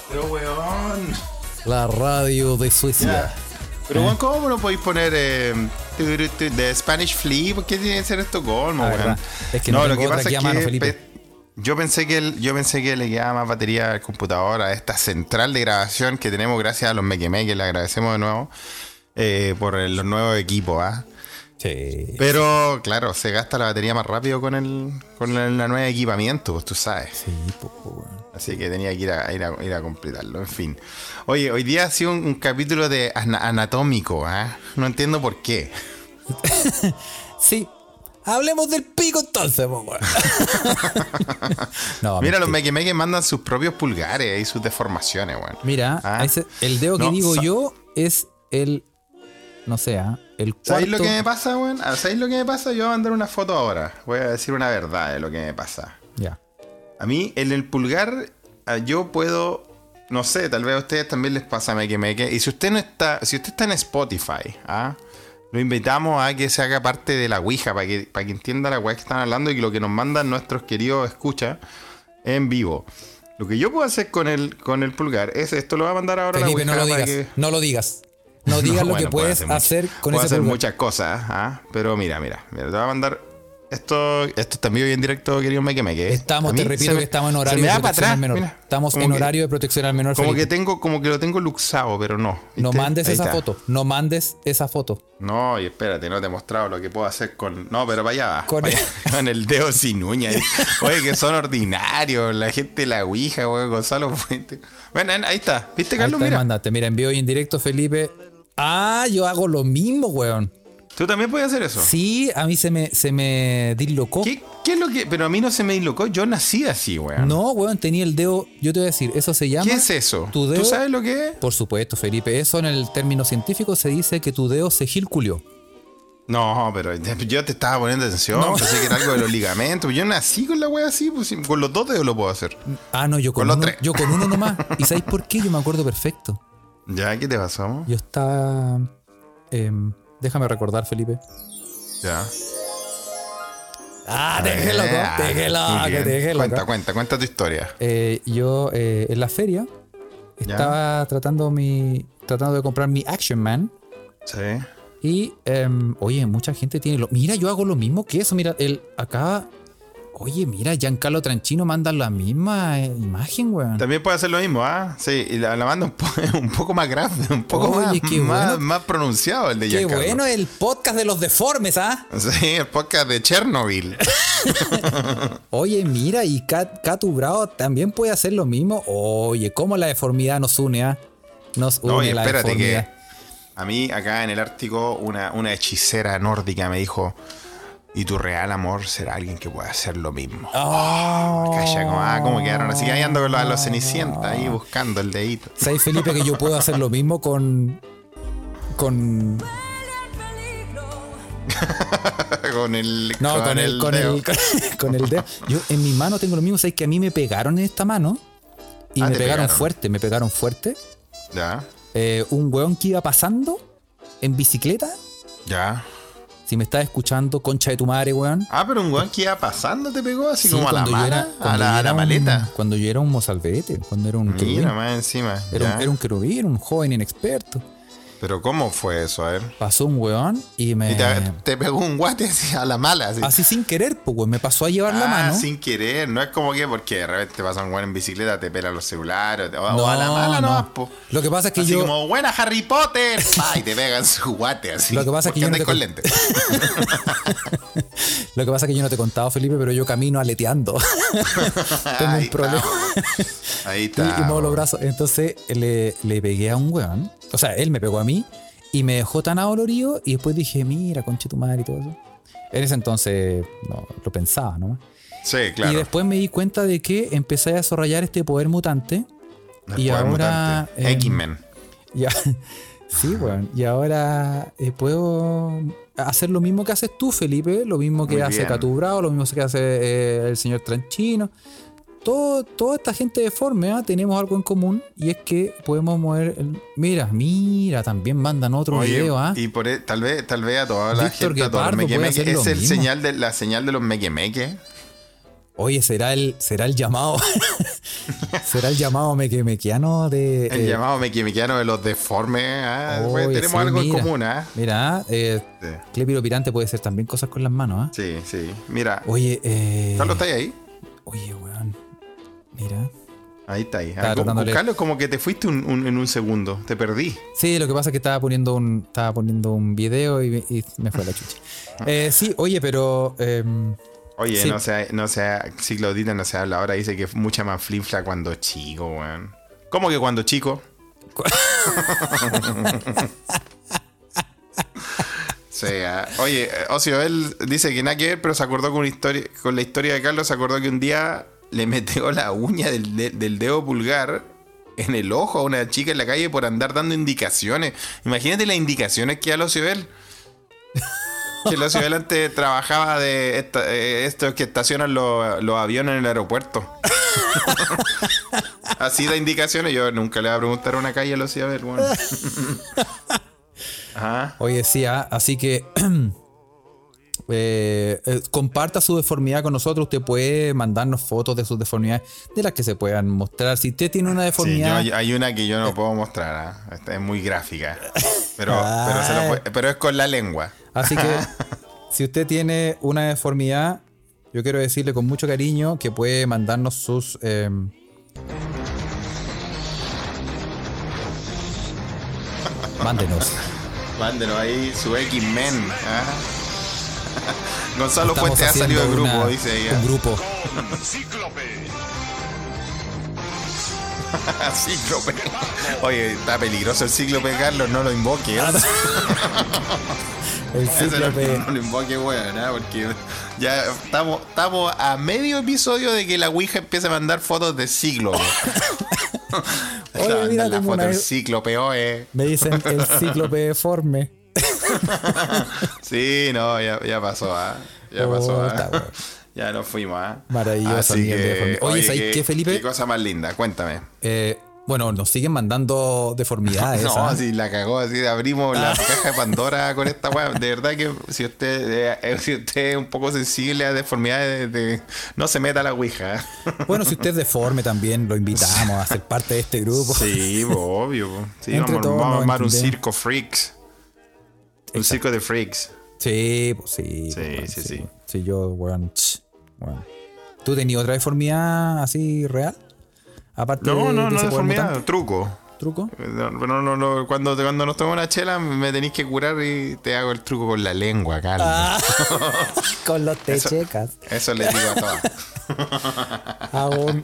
Speaker 2: Pero, weón.
Speaker 3: la radio de Suecia.
Speaker 2: Ya. Pero, weón, ¿cómo no podéis poner eh, turu, tu, de Spanish Flea? ¿Por qué tiene que ser Estocolmo,
Speaker 3: Ah,
Speaker 2: weón?
Speaker 3: verdad. Es que no tengo otra aquí a mano, Felipe.
Speaker 2: pe- yo pensé que el- yo pensé que le quedaba más batería al computador a esta central de grabación que tenemos gracias a los Mequemeque, le agradecemos de nuevo eh, por el- los nuevos equipos, ¿ah?
Speaker 3: Sí.
Speaker 2: Pero claro, se gasta la batería más rápido con el con el, la nueva equipamiento, pues tú sabes.
Speaker 3: Sí, po, weón.
Speaker 2: Así que tenía que ir a, ir a, ir a completarlo, en fin. Oye, hoy día ha sido un, un capítulo de ana- anatómico, ¿ah? No entiendo por qué.
Speaker 3: Sí. Hablemos del pico entonces, po, weón. *laughs* no,
Speaker 2: Mira,
Speaker 3: mentira.
Speaker 2: los mequemeques mandan sus propios pulgares y sus deformaciones, weón.
Speaker 3: Mira,
Speaker 2: Ah.
Speaker 3: ese- el dedo que
Speaker 2: No,
Speaker 3: digo
Speaker 2: sa-
Speaker 3: yo es el. No sé, ¿ah? el cuarto.
Speaker 2: ¿Sabéis lo que me pasa, weón? Ah, ¿Sabéis lo que me pasa? Yo voy a mandar una foto ahora. Voy a decir una verdad de lo que me pasa.
Speaker 3: Ya.
Speaker 2: A mí, en el pulgar, ah, yo puedo. No sé, tal vez a ustedes también les pasa mequemeque. Y si usted no está. Si usted está en Spotify, ¿ah? Lo invitamos a que se haga parte de la Ouija para que, para que entienda la weá que están hablando y que lo que nos mandan nuestros queridos escucha en vivo. Lo que yo puedo hacer con el, con el pulgar es esto, lo voy a mandar ahora
Speaker 3: Felipe,
Speaker 2: a la
Speaker 3: no lo
Speaker 2: Ouija para
Speaker 3: digas.
Speaker 2: que-
Speaker 3: No lo digas. No digas
Speaker 2: *laughs*
Speaker 3: lo
Speaker 2: No, bueno,
Speaker 3: que
Speaker 2: puedo
Speaker 3: puedes
Speaker 2: mucho-
Speaker 3: hacer, con
Speaker 2: puedo
Speaker 3: ese
Speaker 2: hacer
Speaker 3: pulgar.
Speaker 2: muchas cosas, ¿ah? pero mira, mira, mira, te voy a mandar Esto, esto también hoy en directo, querido Meque Meque. A
Speaker 3: Estamos,
Speaker 2: mí
Speaker 3: te
Speaker 2: se
Speaker 3: repito
Speaker 2: me-
Speaker 3: que estamos en horario
Speaker 2: se
Speaker 3: de
Speaker 2: me da para
Speaker 3: protección
Speaker 2: atrás.
Speaker 3: al menor.
Speaker 2: mira.
Speaker 3: estamos
Speaker 2: Como
Speaker 3: en
Speaker 2: que-
Speaker 3: horario de protección al menor.
Speaker 2: Como que
Speaker 3: Felipe.
Speaker 2: tengo, como que lo tengo luxado, pero no.
Speaker 3: no
Speaker 2: ¿viste?
Speaker 3: mandes
Speaker 2: Ahí
Speaker 3: esa
Speaker 2: está.
Speaker 3: foto, no mandes esa foto.
Speaker 2: No, y espérate, no te he mostrado lo que puedo hacer con. No, pero vaya,
Speaker 3: Con-
Speaker 2: con, *laughs* con el dedo sin uña. ahí. Oye, que son ordinarios, la gente de la Ouija, weón, Gonzalo Fuente. Bueno, ahí está. ¿Viste,
Speaker 3: Ahí
Speaker 2: Carlos?
Speaker 3: está,
Speaker 2: Mira.
Speaker 3: mandate. Mira, en vivo y en directo, Felipe. Ah, yo hago lo mismo, weón.
Speaker 2: Tú también puedes hacer eso.
Speaker 3: Sí, a mí se me, se me dislocó.
Speaker 2: ¿Qué, qué es lo que.? Pero a mí no se me dislocó, yo nací así, weón.
Speaker 3: No, weón, tenía el dedo. Yo te voy a decir, eso se llama.
Speaker 2: ¿Qué es eso?
Speaker 3: Tu dedo.
Speaker 2: ¿Tú sabes lo que es?
Speaker 3: Por supuesto, Felipe. Eso en el término científico se dice que tu dedo se gilculió.
Speaker 2: No, pero yo te estaba poniendo atención.
Speaker 3: No.
Speaker 2: Pensé que era algo
Speaker 3: *laughs*
Speaker 2: de los ligamentos. Yo nací con la wea así, pues, sí, con los dos dedos lo puedo hacer.
Speaker 3: Ah, no, yo con,
Speaker 2: Con los
Speaker 3: uno,
Speaker 2: tres.
Speaker 3: yo con uno
Speaker 2: *laughs*
Speaker 3: nomás. ¿Y sabéis por qué? Yo me acuerdo perfecto.
Speaker 2: ¿Ya? ¿Qué te pasó? amor?
Speaker 3: Yo estaba. em, déjame recordar, Felipe.
Speaker 2: Ya.
Speaker 3: Ah,
Speaker 2: Eh, ah, muy bien. Cuenta, cuenta, cuenta tu historia.
Speaker 3: Eh, yo eh, en la feria
Speaker 2: Ya.
Speaker 3: estaba tratando mi. tratando de comprar mi Action Man.
Speaker 2: Sí.
Speaker 3: Y em, oye, mucha gente tiene lo. Mira, yo hago lo mismo que eso. Mira, el acá. Oye, mira, Giancarlo Tranchino manda la misma eh, imagen, weón.
Speaker 2: También puede hacer lo mismo, ¿ah? Sí, y la, la banda un, po- *laughs* un poco más grave, un poco
Speaker 3: Oye,
Speaker 2: más,
Speaker 3: qué
Speaker 2: más,
Speaker 3: bueno.
Speaker 2: más pronunciado el de
Speaker 3: Qué
Speaker 2: Giancarlo.
Speaker 3: bueno el podcast de los deformes, ¿ah?
Speaker 2: Sí, el podcast de Chernobyl.
Speaker 3: Oye, mira, y Kat, Katu Bravo también puede hacer lo mismo. Oye, cómo la deformidad nos une, ¿ah? Nos une
Speaker 2: Oye,
Speaker 3: la
Speaker 2: espérate que
Speaker 3: deformidad.
Speaker 2: a mí acá en el Ártico una, una hechicera nórdica me dijo, y tu real amor será alguien que pueda hacer lo mismo.
Speaker 3: Oh.
Speaker 2: Calla, como, ah, ¿cómo quedaron? Así que ahí ando con los, los cenicientas, ahí buscando el dedito. *laughs*
Speaker 3: ¿Sabes, Felipe, que yo puedo hacer lo mismo con. con.
Speaker 2: con el...
Speaker 3: No, con, el, con,
Speaker 2: dedo.
Speaker 3: el, *laughs* con, el dedo. Yo en mi mano tengo lo mismo. ¿Sabes que a mí me pegaron en esta mano? Y
Speaker 2: Ah,
Speaker 3: me
Speaker 2: te
Speaker 3: pegaron,
Speaker 2: pegaron.
Speaker 3: fuerte, me pegaron fuerte.
Speaker 2: Ya,
Speaker 3: Eh, un weón que iba pasando en bicicleta.
Speaker 2: ya.
Speaker 3: Si me estás escuchando, concha de tu madre, weón.
Speaker 2: Ah, pero un weón que iba pasando te pegó así
Speaker 3: Sí,
Speaker 2: como a la
Speaker 3: cuando yo
Speaker 2: mala,
Speaker 3: era-
Speaker 2: a
Speaker 3: cuando yo
Speaker 2: la, a la
Speaker 3: era un-
Speaker 2: maleta.
Speaker 3: Cuando yo era un mozalbete, cuando era un querubín.
Speaker 2: Mira, más encima.
Speaker 3: Era
Speaker 2: ya.
Speaker 3: un, era un querubín, era un joven inexperto.
Speaker 2: Pero ¿cómo fue eso? A ver.
Speaker 3: Pasó un weón y me.
Speaker 2: Y te, te pegó un guate así a la mala. Así.
Speaker 3: Eh. Así sin querer, pues, weón. Me pasó a llevar la
Speaker 2: Ah,
Speaker 3: mano.
Speaker 2: sin querer. No es como que porque de repente te pasa un weón en bicicleta, te pela los celulares. o te- O, o a la mala no, vas, po.
Speaker 3: Lo que pasa es que
Speaker 2: Así
Speaker 3: yo.
Speaker 2: como, buena Harry Potter. *laughs* Pa, y te pegan su guate así.
Speaker 3: Lo que pasa es que
Speaker 2: Porque
Speaker 3: yo no
Speaker 2: andas
Speaker 3: te
Speaker 2: con
Speaker 3: con-
Speaker 2: lentes.
Speaker 3: Lo que pasa es que yo no te he contado, Felipe, pero yo camino aleteando. *laughs* *laughs* Tengo
Speaker 2: Ahí
Speaker 3: un
Speaker 2: está,
Speaker 3: problema.
Speaker 2: po. *laughs* Ahí
Speaker 3: Y, y
Speaker 2: está.
Speaker 3: muevo los
Speaker 2: po.
Speaker 3: brazos. Entonces le, le pegué a un weón. O sea, él me pegó a mí y me dejó tan adolorido. Y después dije, mira, conche tu madre y todo eso. En ese entonces no, lo pensaba, ¿no?
Speaker 2: Sí,
Speaker 3: Y
Speaker 2: claro.
Speaker 3: después me di cuenta de que empecé a desarrollar este poder mutante. y
Speaker 2: Después
Speaker 3: ahora,
Speaker 2: mutante.
Speaker 3: em,
Speaker 2: X-Men.
Speaker 3: Y a- sí, weón. Y ahora eh, puedo hacer lo mismo que haces tú, Felipe. Lo mismo que
Speaker 2: Muy
Speaker 3: hace
Speaker 2: bien.
Speaker 3: Catubrao, lo mismo que hace eh, el señor Tranchino. Todo, toda esta gente deforme ¿ah? tenemos algo en común y es que podemos mover. el- Mira, mira, también mandan otro
Speaker 2: Oye,
Speaker 3: video. ¿ah?
Speaker 2: Y por e- tal vez, tal vez a toda la
Speaker 3: Víctor
Speaker 2: gente, a todos los
Speaker 3: Guepardo puede
Speaker 2: mequemeques,
Speaker 3: hacer lo
Speaker 2: es el
Speaker 3: mismo.
Speaker 2: señal de, la señal de los mequemeques.
Speaker 3: Oye, será el, será el llamado. *laughs* será el llamado mequemequiano de.
Speaker 2: El
Speaker 3: eh,
Speaker 2: llamado mequemequiano de los deformes. ah,
Speaker 3: Oye,
Speaker 2: güey, tenemos
Speaker 3: sí,
Speaker 2: algo
Speaker 3: mira.
Speaker 2: en común, ¿ah?
Speaker 3: Mira, eh,
Speaker 2: Sí,
Speaker 3: Clepiropirante puede ser también cosas con las manos. ¿ah?
Speaker 2: sí. sí. Mira,
Speaker 3: Oye, eh,
Speaker 2: Carlos, ¿está ahí?
Speaker 3: Oye, weón. Mira.
Speaker 2: Ahí está ahí.
Speaker 3: Estaba
Speaker 2: Ah, como-
Speaker 3: tratándole-
Speaker 2: Carlos, como que te fuiste un- un- en un segundo. Te perdí.
Speaker 3: Sí, lo que pasa es que estaba poniendo un, estaba poniendo un video y, y me fue la
Speaker 2: *laughs*
Speaker 3: chucha. Eh, sí, oye, pero. em,
Speaker 2: Oye,
Speaker 3: Sí.
Speaker 2: no sea, no sea, si Claudita no se habla ahora, dice que mucha más flinfla cuando chico, weón. ¿Cómo que cuando chico? *laughs* Sí, ah. oye, eh, Ocio, él dice que nada que ver, pero se acordó con, una historia, con la historia de Carlos, se acordó que un día le metió la uña del, de- del dedo pulgar en el ojo a una chica en la calle por andar dando indicaciones. Imagínate las indicaciones que da el Ocio él. Que el Ocio él antes trabajaba de esta- eh, estos que estacionan los, los aviones en el
Speaker 3: *laughs*
Speaker 2: aeropuerto. Así da indicaciones. Yo nunca le voy a preguntar a una calle al Ocio él,
Speaker 3: *laughs*
Speaker 2: bueno. Ajá.
Speaker 3: oye, sí, ah, así que. *clears throat* eh, eh, comparta su deformidad con nosotros. Usted puede mandarnos fotos de sus deformidades, de las que se puedan mostrar. Si usted tiene una
Speaker 2: Sí, yo-
Speaker 3: deformidad.
Speaker 2: hay- hay una que yo no puedo mostrar, ¿ah? Esta es muy gráfica. Pero,
Speaker 3: *laughs* Ah.
Speaker 2: pero, se la puede- pero es con la lengua.
Speaker 3: Así que *laughs* si usted tiene una deformidad, yo quiero decirle con mucho cariño que puede mandarnos sus. eh,
Speaker 2: *laughs*
Speaker 3: Mándenos.
Speaker 2: Mándenos ahí su X-Men. ¿ah? *laughs* Gonzalo
Speaker 3: Estamos
Speaker 2: Fuente ha
Speaker 3: haciendo
Speaker 2: salido del grupo,
Speaker 3: una-
Speaker 2: dice ella.
Speaker 3: Un grupo.
Speaker 4: Con Cíclope.
Speaker 2: Cíclope. Oye, está peligroso el cíclope, Carlos, no lo invoque. ¿eh?
Speaker 3: Ah, El
Speaker 2: Ese no-
Speaker 3: cíclope.
Speaker 2: No, lo invoque, weón, ¿ah? porque ya estamos, estamos a medio episodio de que la Ouija empiece a mandar fotos de cíclope.
Speaker 3: *laughs* Oye,
Speaker 2: la,
Speaker 3: mira,
Speaker 2: la
Speaker 3: tengo
Speaker 2: foto
Speaker 3: una-
Speaker 2: del cíclope, oe.
Speaker 3: Me dicen el
Speaker 2: *laughs*
Speaker 3: cíclope deforme.
Speaker 2: Sí, no, ya, ya pasó, ¿ah? Ya
Speaker 3: Oh,
Speaker 2: pasó, ¿ah?
Speaker 3: está bueno.
Speaker 2: Ya nos fuimos, ¿ah?
Speaker 3: Maravilloso,
Speaker 2: Así
Speaker 3: Miguel de
Speaker 2: que,
Speaker 3: Deforme. Oye, ¿sabes qué, Felipe?
Speaker 2: Qué cosa más linda, cuéntame.
Speaker 3: Eh, bueno, nos siguen mandando deformidades.
Speaker 2: *laughs* No,
Speaker 3: ¿ah?
Speaker 2: si la cagó, así abrimos la caja de Pandora con esta weá. De verdad que si usted, eh, eh, si usted es un poco sensible a deformidades, de, de- no se meta a la Ouija.
Speaker 3: Bueno, si usted es deforme también, lo invitamos a ser parte de este grupo.
Speaker 2: Sí, bo, obvio. bo. Sí,
Speaker 3: Entre
Speaker 2: vamos,
Speaker 3: todos
Speaker 2: vamos a
Speaker 3: nos
Speaker 2: armar un
Speaker 3: entendemos.
Speaker 2: circo freaks. Un circo de freaks.
Speaker 3: Sí, pues sí.
Speaker 2: Sí,
Speaker 3: pues, weón,
Speaker 2: sí, sí.
Speaker 3: Sí, yo, weón. ch, weón. ¿Tú tenías otra deformidad así real? Aparte
Speaker 2: No,
Speaker 3: de, de
Speaker 2: no, no,
Speaker 3: ese poder
Speaker 2: deformidad,
Speaker 3: mutante,
Speaker 2: truco.
Speaker 3: truco.
Speaker 2: No, no, no, no, Cuando, cuando nos tomo una chela me tenéis que curar y te hago el truco con la lengua, Carlos.
Speaker 3: Ah. Con los
Speaker 2: Eso- *laughs*
Speaker 3: techecas.
Speaker 2: Eso les digo a todas.
Speaker 3: Aún.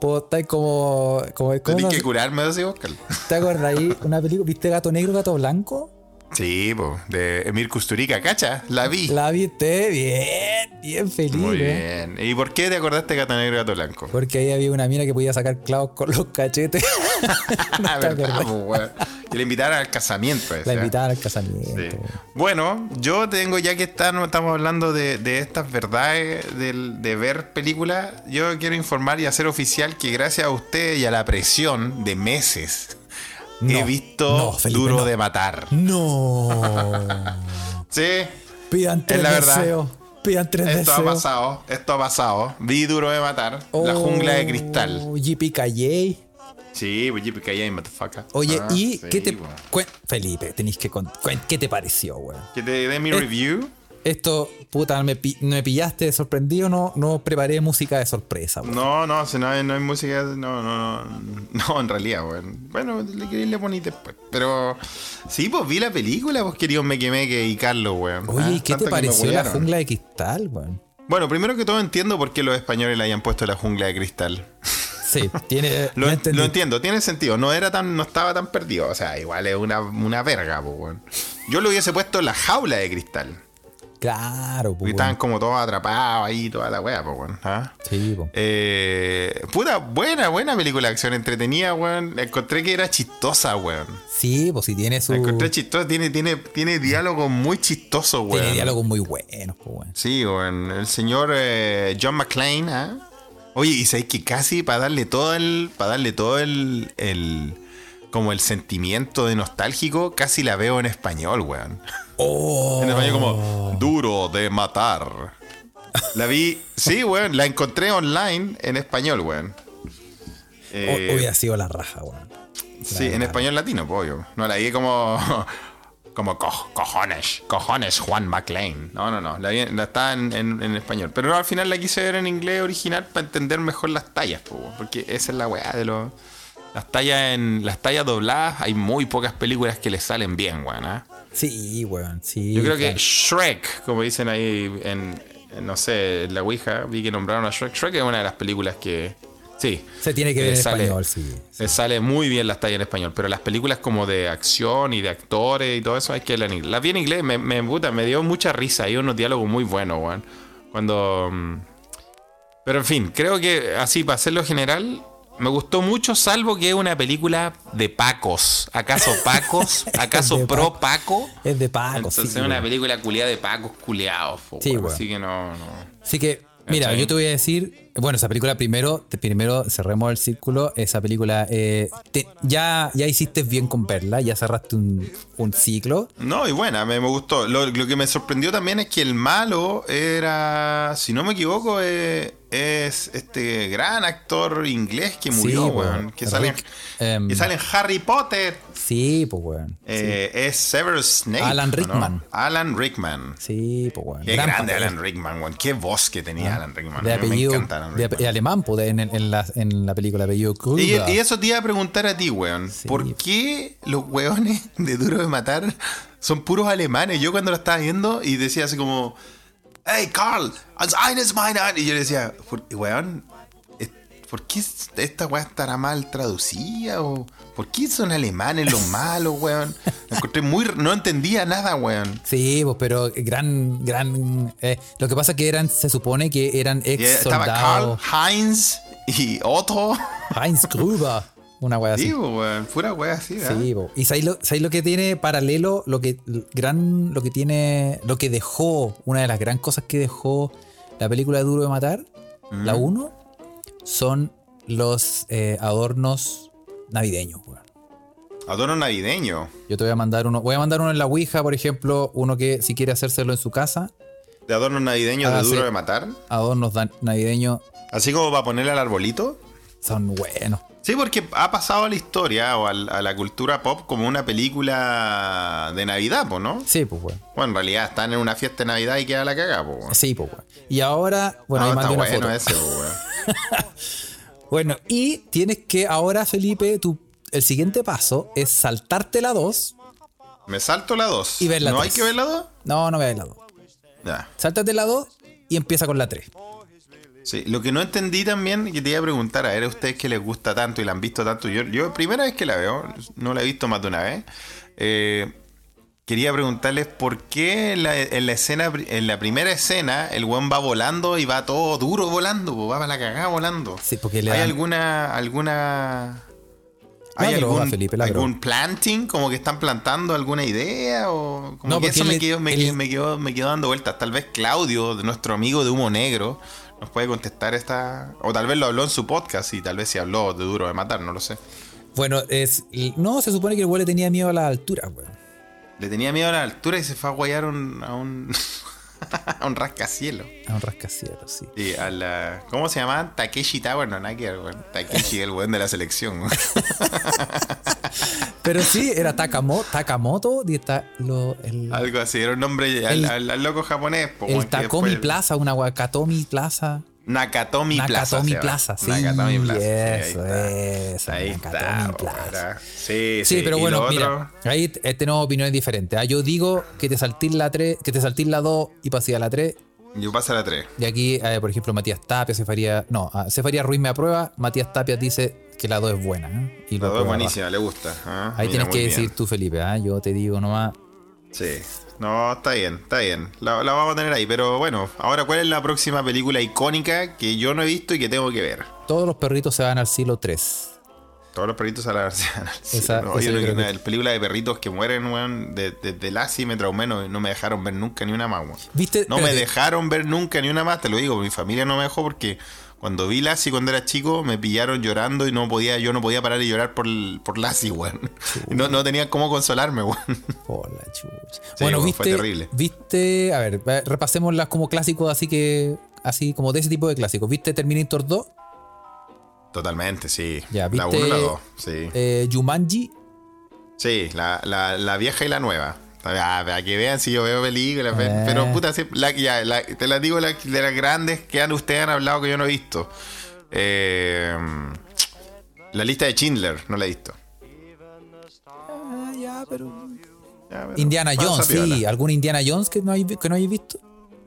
Speaker 3: Puedo estar como. como ¿cómo
Speaker 2: Tenéis
Speaker 3: no-
Speaker 2: que curarme, así, Oscar.
Speaker 3: ¿Te acuerdas ahí una película? ¿Viste gato negro, gato blanco?
Speaker 2: Sí, bo, de Emir Kusturica, ¿cacha? La vi.
Speaker 3: La viste bien, bien feliz.
Speaker 2: Muy
Speaker 3: eh.
Speaker 2: bien. ¿Y por qué te acordaste de Gato Negro y Gato
Speaker 3: *laughs*
Speaker 2: Blanco?
Speaker 3: Porque ahí había una mina que podía sacar clavos con los
Speaker 2: *laughs*
Speaker 3: cachetes. *laughs*
Speaker 2: Ah,
Speaker 3: te
Speaker 2: verdad,
Speaker 3: acordás.
Speaker 2: po, weón. Y le invitaron al casamiento. ese,
Speaker 3: La pues.
Speaker 2: ¿eh?
Speaker 3: invitaban al casamiento.
Speaker 2: Sí. Bueno, yo tengo, ya que está- no estamos hablando de, de estas verdades del- de, ver películas, yo quiero informar y hacer oficial que gracias a usted y a la presión de meses, he
Speaker 3: No,
Speaker 2: visto
Speaker 3: no, Felipe,
Speaker 2: Duro
Speaker 3: no.
Speaker 2: de Matar.
Speaker 3: No.
Speaker 2: Sí,
Speaker 3: Pidan tres
Speaker 2: Es la verdad.
Speaker 3: deseos. Pidan tres
Speaker 2: esto ha
Speaker 3: deseos.
Speaker 2: pasado, esto ha pasado. Vi Duro de Matar, La
Speaker 3: Oh,
Speaker 2: Jungla de Cristal.
Speaker 3: Yippee-ki-yay.
Speaker 2: Sí, pues JPK, motherfucker.
Speaker 3: Oye,
Speaker 2: Ah,
Speaker 3: ¿y
Speaker 2: sí,
Speaker 3: qué te.
Speaker 2: weón.
Speaker 3: cuen- Felipe, tenéis que. cont- cuen- ¿Qué te pareció, weón?
Speaker 2: Que te dé mi
Speaker 3: Eh,
Speaker 2: review.
Speaker 3: Esto, puta, me, pi- me pillaste de sorprendido. No, no preparé música de sorpresa, weón.
Speaker 2: No, no, si no hay, no hay música, no, no, no, no, en realidad, weón. Bueno, le queréis le poní después. Pero sí, pues vi la película, pues queridos Meque Meque y Carlos, weón.
Speaker 3: Oye, ¿y
Speaker 2: Ah,
Speaker 3: qué te
Speaker 2: tanto que me
Speaker 3: pareció la
Speaker 2: huevearon.
Speaker 3: jungla de cristal, weón?
Speaker 2: Bueno, primero que todo entiendo por qué los españoles le hayan puesto la jungla de cristal.
Speaker 3: Sí, tiene.
Speaker 2: *laughs* Lo,
Speaker 3: no
Speaker 2: en-
Speaker 3: entendí.
Speaker 2: lo entiendo, tiene sentido. No era tan, no estaba tan perdido. O sea, igual es una, una verga, pues, weón. Yo le hubiese puesto la jaula de cristal.
Speaker 3: Claro, pues.
Speaker 2: Porque estaban como todos atrapados ahí, toda la wea, pues, weón. ¿Ah?
Speaker 3: Sí, po.
Speaker 2: Eh, puta, buena, buena película de acción, entretenida, weón. La encontré que era chistosa, weón.
Speaker 3: Sí, pues si tiene su.
Speaker 2: La encontré chistosa, tiene, tiene, tiene diálogos muy chistosos, weón.
Speaker 3: Tiene diálogos muy buenos, pues, weón.
Speaker 2: Sí, weón. El señor eh, John McClane, ¿ah? Oye, y sabéis que casi para darle todo el. Para darle todo el. el- como el sentimiento de nostálgico, casi la veo en español, weón.
Speaker 3: Oh,
Speaker 2: En español como duro de matar. La vi, sí, weón, la encontré online en español, weón.
Speaker 3: o-
Speaker 2: Eh,
Speaker 3: Oh. hubiera sido la raja, weón.
Speaker 2: sí, en español latino, pollo. No la vi como *laughs* como co- cojones, cojones Juan McLean. No, no, no, la, vi, la estaba en, en- en español. Pero al final la quise ver en inglés original para entender mejor las tallas, po, weón, porque esa es la weá de los las tallas en las tallas dobladas, hay muy pocas películas que le salen bien, weón, ¿ah?
Speaker 3: Sí, weón, sí.
Speaker 2: Yo creo que
Speaker 3: claro.
Speaker 2: Shrek, como dicen ahí en, en, no sé, en la Ouija, vi que nombraron a Shrek. Shrek es una de las películas que. Sí.
Speaker 3: Se tiene que ver
Speaker 2: le
Speaker 3: en
Speaker 2: sale-
Speaker 3: español, sí.
Speaker 2: le sale muy bien las tallas en español, pero las películas como de acción y de actores y todo eso hay que leer en inglés. Las vi en inglés, me, me, puta, me dio mucha risa. Hay unos diálogos muy buenos, weón. Cuando. mm, Pero en fin, creo que así, para hacerlo general, me gustó mucho, salvo que es una película de pacos. ¿Acaso pacos?
Speaker 3: De
Speaker 2: ¿Acaso pro paco?
Speaker 3: Es de Paco,
Speaker 2: Entonces
Speaker 3: sí.
Speaker 2: es una
Speaker 3: weón.
Speaker 2: película culiada de pacos culiados. po,
Speaker 3: Sí,
Speaker 2: weón.
Speaker 3: weón.
Speaker 2: Así que no, no.
Speaker 3: Así que, mira,
Speaker 2: ¿Cachai?
Speaker 3: yo te voy a decir, bueno, esa película primero, te- primero cerremos el círculo, esa película, eh, te- ya, ya hiciste bien con verla, ya cerraste un, un ciclo.
Speaker 2: No, y buena, me, me gustó. Lo, lo que me sorprendió también es que el malo era, si no me equivoco, eh, es este gran actor inglés que
Speaker 3: Sí,
Speaker 2: murió,
Speaker 3: weón.
Speaker 2: weón, Que sale, en-
Speaker 3: Rick, em,
Speaker 2: que sale en Harry Potter.
Speaker 3: Sí, pues weón.
Speaker 2: Eh, Es Severus Snape.
Speaker 3: Alan
Speaker 2: ¿o no?
Speaker 3: Rickman.
Speaker 2: Alan Rickman.
Speaker 3: Sí, pues weón.
Speaker 2: Qué
Speaker 3: Gran
Speaker 2: grande
Speaker 3: papel. Ah,
Speaker 2: Alan Rickman, weón. Qué voz que tenía Alan Rickman.
Speaker 3: De
Speaker 2: A mí
Speaker 3: apellido.
Speaker 2: Me encanta Alan
Speaker 3: de,
Speaker 2: Rickman.
Speaker 3: ape- alemán, pues, de- en, el- en la, en la película, apellido Kruger.
Speaker 2: Y, y eso te iba a preguntar a ti, weón. ¿Por qué los weones *laughs* de Duro de Matar son puros alemanes? Yo cuando lo estaba viendo y decía así como, hey Carl, als eines meiner-" Y yo le decía, "Por- weón, es- ¿por qué esta weá estará mal traducida? ¿O ¿Por qué son
Speaker 3: *laughs*
Speaker 2: alemanes los malos, weón? Lo encontré muy, no entendía nada, weón.
Speaker 3: Sí, pues, pero gran, gran. eh, lo que pasa es que eran, se supone que eran
Speaker 2: Y
Speaker 3: ex
Speaker 2: estaba Carl,
Speaker 3: soldados.
Speaker 2: Heinz y Otto.
Speaker 3: Heinz Kruger. Una wea así.
Speaker 2: Sí, pues, weón, pura weá así, ¿eh?
Speaker 3: Sí, po. y ¿sabéis lo, sabéis lo que tiene paralelo? Lo que l- gran, lo que tiene, lo que dejó, una de las gran cosas que dejó la película de Duro de Matar, la 1, son los eh, adornos navideños, weón.
Speaker 2: Adorno navideño.
Speaker 3: Yo te voy a mandar uno, voy a mandar uno en la Ouija, por ejemplo, uno que si quiere hacérselo en su casa,
Speaker 2: De adorno navideño
Speaker 3: Ah,
Speaker 2: de
Speaker 3: sí.
Speaker 2: Duro de Matar.
Speaker 3: adornos dan- navideños
Speaker 2: Así como para ponerle al arbolito.
Speaker 3: son buenos.
Speaker 2: Sí, porque ha pasado a la historia o al- a la cultura pop como una película de Navidad, po, ¿no?
Speaker 3: Sí, pues, weón.
Speaker 2: Bueno, en realidad están en una fiesta de Navidad y queda la cagada, po. weón.
Speaker 3: Sí, pues, weón. Y ahora, bueno,
Speaker 2: Ah,
Speaker 3: ahí
Speaker 2: está
Speaker 3: mandé una
Speaker 2: bueno
Speaker 3: foto.
Speaker 2: ese, po, weón.
Speaker 3: Bueno, y tienes que ahora, Felipe, tu, el siguiente paso es saltarte la 2.
Speaker 2: Me salto la 2.
Speaker 3: Y ver la
Speaker 2: ¿No hay
Speaker 3: tres.
Speaker 2: que ver la 2?
Speaker 3: No, no veas la 2.
Speaker 2: Ya.
Speaker 3: Sáltate la 2 y empieza con la 3.
Speaker 2: Sí, lo que no entendí también, y que te iba a preguntar, a ver, a ustedes que les gusta tanto y la han visto tanto, yo, yo primera vez que la veo, no la he visto más de una vez, eh, quería preguntarles por qué en la, en la escena, pri- en la primera escena, el weón va volando y va todo duro volando, po, va para la cagada volando.
Speaker 3: Sí, porque le
Speaker 2: ¿Hay
Speaker 3: dan-
Speaker 2: alguna, alguna...
Speaker 3: La
Speaker 2: ¿Hay
Speaker 3: droga,
Speaker 2: algún,
Speaker 3: Felipe, la
Speaker 2: algún planting? ¿Como que están plantando alguna idea? O como
Speaker 3: No, porque
Speaker 2: que eso me
Speaker 3: él-
Speaker 2: quedó, me,
Speaker 3: él-
Speaker 2: quedó- me quedó- me quedó dando vueltas. Tal vez Claudio, de nuestro amigo de Humo Negro, nos puede contestar esta. O tal vez lo habló en su podcast y tal vez si habló de Duro de Matar, no lo sé.
Speaker 3: Bueno, es. No, se supone que el güey le tenía miedo a la altura, weón.
Speaker 2: Le tenía miedo a la altura y se fue a guayar un- a un. *laughs* a un rascacielos.
Speaker 3: A un rascacielos, sí.
Speaker 2: Y a la. ¿Cómo se llamaban? Takeshi Tower, no, nada que ver, weón. Takeshi, el buen de la
Speaker 3: *laughs*
Speaker 2: selección. weón.
Speaker 3: Pero sí, era Takamo- Takamoto y está lo, el,
Speaker 2: Algo así, era un nombre al,
Speaker 3: El-
Speaker 2: al- al loco japonés. po, weón,
Speaker 3: el
Speaker 2: que
Speaker 3: Takomi
Speaker 2: después-
Speaker 3: Plaza, una weá, Katomi Plaza.
Speaker 2: Nakatomi, Plaza.
Speaker 3: Nakatomi
Speaker 2: se llama.
Speaker 3: Plaza, sí.
Speaker 2: Nakatomi Plaza. sí,
Speaker 3: Eso,
Speaker 2: ahí
Speaker 3: eso,
Speaker 2: está. Ahí
Speaker 3: Nakatomi
Speaker 2: está,
Speaker 3: Plaza.
Speaker 2: ahora. Sí,
Speaker 3: Sí,
Speaker 2: sí,
Speaker 3: pero
Speaker 2: y
Speaker 3: bueno,
Speaker 2: lo
Speaker 3: mira,
Speaker 2: otro,
Speaker 3: ahí eh, tenemos opiniones diferentes. Ah, Yo digo que te saltís la 3, que te saltís la 2 y pasé a la 3.
Speaker 2: Yo paso a la 3.
Speaker 3: Y aquí, eh, por ejemplo, Matías Tapia, Cefaría. No, ah, Cefaría Ruiz me aprueba. Matías Tapia dice que la 2 es buena. ¿eh? Y lo
Speaker 2: La 2 es
Speaker 3: aprueba.
Speaker 2: buenísima, le gusta. Ah,
Speaker 3: Ahí
Speaker 2: mira,
Speaker 3: tienes
Speaker 2: muy
Speaker 3: que
Speaker 2: bien.
Speaker 3: decir tú, Felipe. ¿ah? Yo te digo nomás.
Speaker 2: Sí. No, está bien, está bien. La, la vamos a tener ahí. Pero bueno, ahora, ¿cuál es la próxima película icónica que yo no he visto y que tengo que ver?
Speaker 3: Todos los perritos se van al silo 3.
Speaker 2: Todos los perritos a la *laughs* versión.
Speaker 3: Esa-
Speaker 2: no,
Speaker 3: esa yo
Speaker 2: yo creo que
Speaker 3: creo
Speaker 2: una
Speaker 3: que-
Speaker 2: película de perritos que mueren, weón, de- desde la sí me traumé, no, no me dejaron ver nunca ni una más, weón.
Speaker 3: ¿Viste?
Speaker 2: No me
Speaker 3: *laughs* Espérate.
Speaker 2: dejaron ver nunca ni una más, te lo digo, mi familia no me dejó porque cuando vi Lassie cuando era chico me pillaron llorando y no podía, yo no podía parar de llorar por, por Lassie, weón. No, no tenía cómo consolarme, weón.
Speaker 3: Oh, la chucha.
Speaker 2: Sí,
Speaker 3: bueno,
Speaker 2: fue
Speaker 3: viste.
Speaker 2: terrible.
Speaker 3: Viste. A ver, va- repasemos las como clásicos, así que. Así como de ese tipo de clásicos. ¿Viste Terminator 2?
Speaker 2: Totalmente, sí.
Speaker 3: Ya,
Speaker 2: la
Speaker 3: ¿viste?
Speaker 2: 1 y la 2, sí.
Speaker 3: Eh, Jumanji.
Speaker 2: Sí, la, la, la vieja y la nueva. Ah, Para que vean si yo veo películas, ve-
Speaker 3: Eh.
Speaker 2: pero puta, sí, la- ya, la- te las digo la- de las grandes que han, ustedes han hablado que yo no he visto. Eh, la lista de Schindler, no la he visto.
Speaker 3: Ah, ya, pero.
Speaker 2: Ya, pero
Speaker 3: Indiana
Speaker 2: pasa
Speaker 3: Jones,
Speaker 2: piola.
Speaker 3: sí. ¿Algún Indiana Jones que no hayáis vi- que no hayáis visto?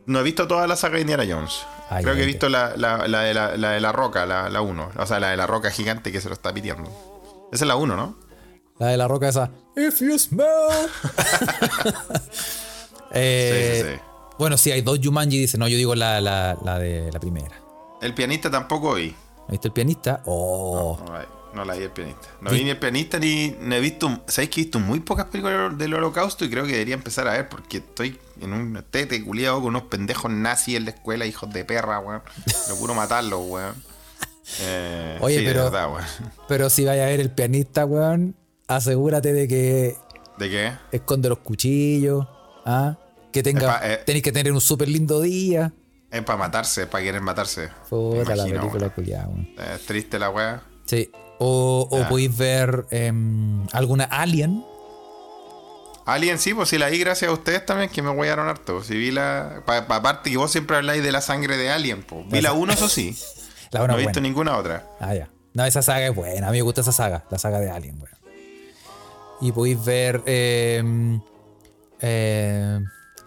Speaker 2: No he visto toda la saga de Indiana Jones.
Speaker 3: Ay,
Speaker 2: Creo que he
Speaker 3: ay,
Speaker 2: visto la, la- la de la, la de la roca, la, la 1. O sea, la de la roca gigante que se lo está pitiendo. Esa es la 1, ¿no?
Speaker 3: La de la roca esa. If you
Speaker 2: *laughs*
Speaker 3: smell. *laughs* Eh,
Speaker 2: Sí, sí, sí.
Speaker 3: Bueno, sí, hay dos Jumanji. Dice, no, yo digo la, la, la de la primera.
Speaker 2: El pianista tampoco vi.
Speaker 3: ¿Viste el pianista? Oh.
Speaker 2: No, la- no la vi el pianista. No vi ni el pianista ni, ni he visto. ¿Sabéis que he visto muy pocas películas del holocausto? Y creo que debería empezar a ver porque estoy en un tete culiado con unos pendejos nazis en la escuela, hijos de perra, weón. Lo puro matarlos, weón. Eh,
Speaker 3: Oye,
Speaker 2: sí, de
Speaker 3: pero-
Speaker 2: verdad, weón.
Speaker 3: Pero si vaya a ver el pianista, weón, asegúrate de que
Speaker 2: ¿De qué?
Speaker 3: esconde los cuchillos. ¿ah? Que tenga,
Speaker 2: Epa, eh.
Speaker 3: tenéis que tener un súper lindo día.
Speaker 2: Es para matarse, para querer matarse.
Speaker 3: Puta la
Speaker 2: Imagino,
Speaker 3: película culiada, weón.
Speaker 2: weón. Es triste la wea.
Speaker 3: Sí. O, o
Speaker 2: Ya.
Speaker 3: podéis ver em, alguna Alien.
Speaker 2: Alien, sí, pues sí la vi gracias a ustedes también, que me huellaron harto. Si vi la. pa- pa- aparte que vos siempre habláis de la sangre de Alien, pues. Vi la 1, eso sí.
Speaker 3: La una
Speaker 2: No he
Speaker 3: buena.
Speaker 2: visto ninguna otra.
Speaker 3: Ah, ya. No, esa saga es buena. A mí me gusta esa saga, la saga de Alien, weón. Y podéis ver. em, em,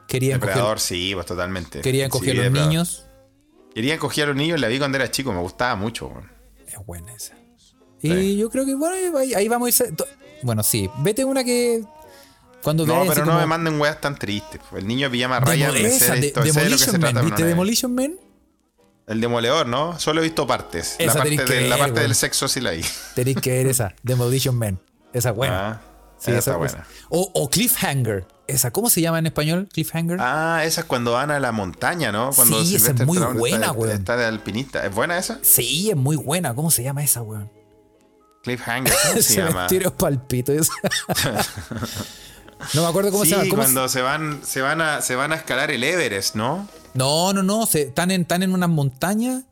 Speaker 3: querían
Speaker 2: Depredador,
Speaker 3: coger,
Speaker 2: sí, pues totalmente.
Speaker 3: querían
Speaker 2: Sí,
Speaker 3: coger los
Speaker 2: Depredador.
Speaker 3: niños.
Speaker 2: Querían coger a los niños, la vi cuando era chico, me gustaba mucho, weón.
Speaker 3: Es buena esa. Y
Speaker 2: Sí.
Speaker 3: yo creo que, bueno, ahí, ahí vamos a irse. to- Bueno, sí. Vete una que. Cuando
Speaker 2: No,
Speaker 3: veáis así
Speaker 2: pero no
Speaker 3: como-
Speaker 2: me manden weas tan tristes. po. El niño de pijama
Speaker 3: Demo-
Speaker 2: raya, me sé
Speaker 3: esa,
Speaker 2: de
Speaker 3: de-
Speaker 2: esto, sé de lo que se
Speaker 3: Demolition
Speaker 2: trata,
Speaker 3: Man.
Speaker 2: pero no
Speaker 3: ¿Viste
Speaker 2: me-
Speaker 3: Demolition Man?
Speaker 2: El demoledor, ¿no? Solo he visto partes.
Speaker 3: Esa
Speaker 2: la parte,
Speaker 3: tenéis que
Speaker 2: de- la
Speaker 3: ver,
Speaker 2: parte
Speaker 3: weón.
Speaker 2: del sexo sí la vi.
Speaker 3: Tenéis que ver esa. Demolition Man. Esa es buena.
Speaker 2: Ah,
Speaker 3: Sí,
Speaker 2: esa
Speaker 3: esa
Speaker 2: está
Speaker 3: es-
Speaker 2: buena.
Speaker 3: O, o Cliffhanger. Esa, ¿cómo se llama en español? Cliffhanger.
Speaker 2: Ah, esa es cuando van a la montaña, ¿no? Cuando
Speaker 3: Sí, esa es
Speaker 2: Sylvester
Speaker 3: muy
Speaker 2: Stallone
Speaker 3: buena,
Speaker 2: está, de-
Speaker 3: weón.
Speaker 2: Está de alpinista. ¿Es buena esa?
Speaker 3: Sí, es muy buena. ¿Cómo se llama esa, weón?
Speaker 2: Cliffhanger,
Speaker 3: *laughs*
Speaker 2: ¿cómo se llama?
Speaker 3: Cementerio palpito
Speaker 2: *laughs*
Speaker 3: esa. no me acuerdo cómo
Speaker 2: sí,
Speaker 3: se llama. ¿Cómo se-
Speaker 2: cuando se van, se van a, se van a escalar el Everest, ¿no?
Speaker 3: No, no, no. se- están, en, están en unas montañas.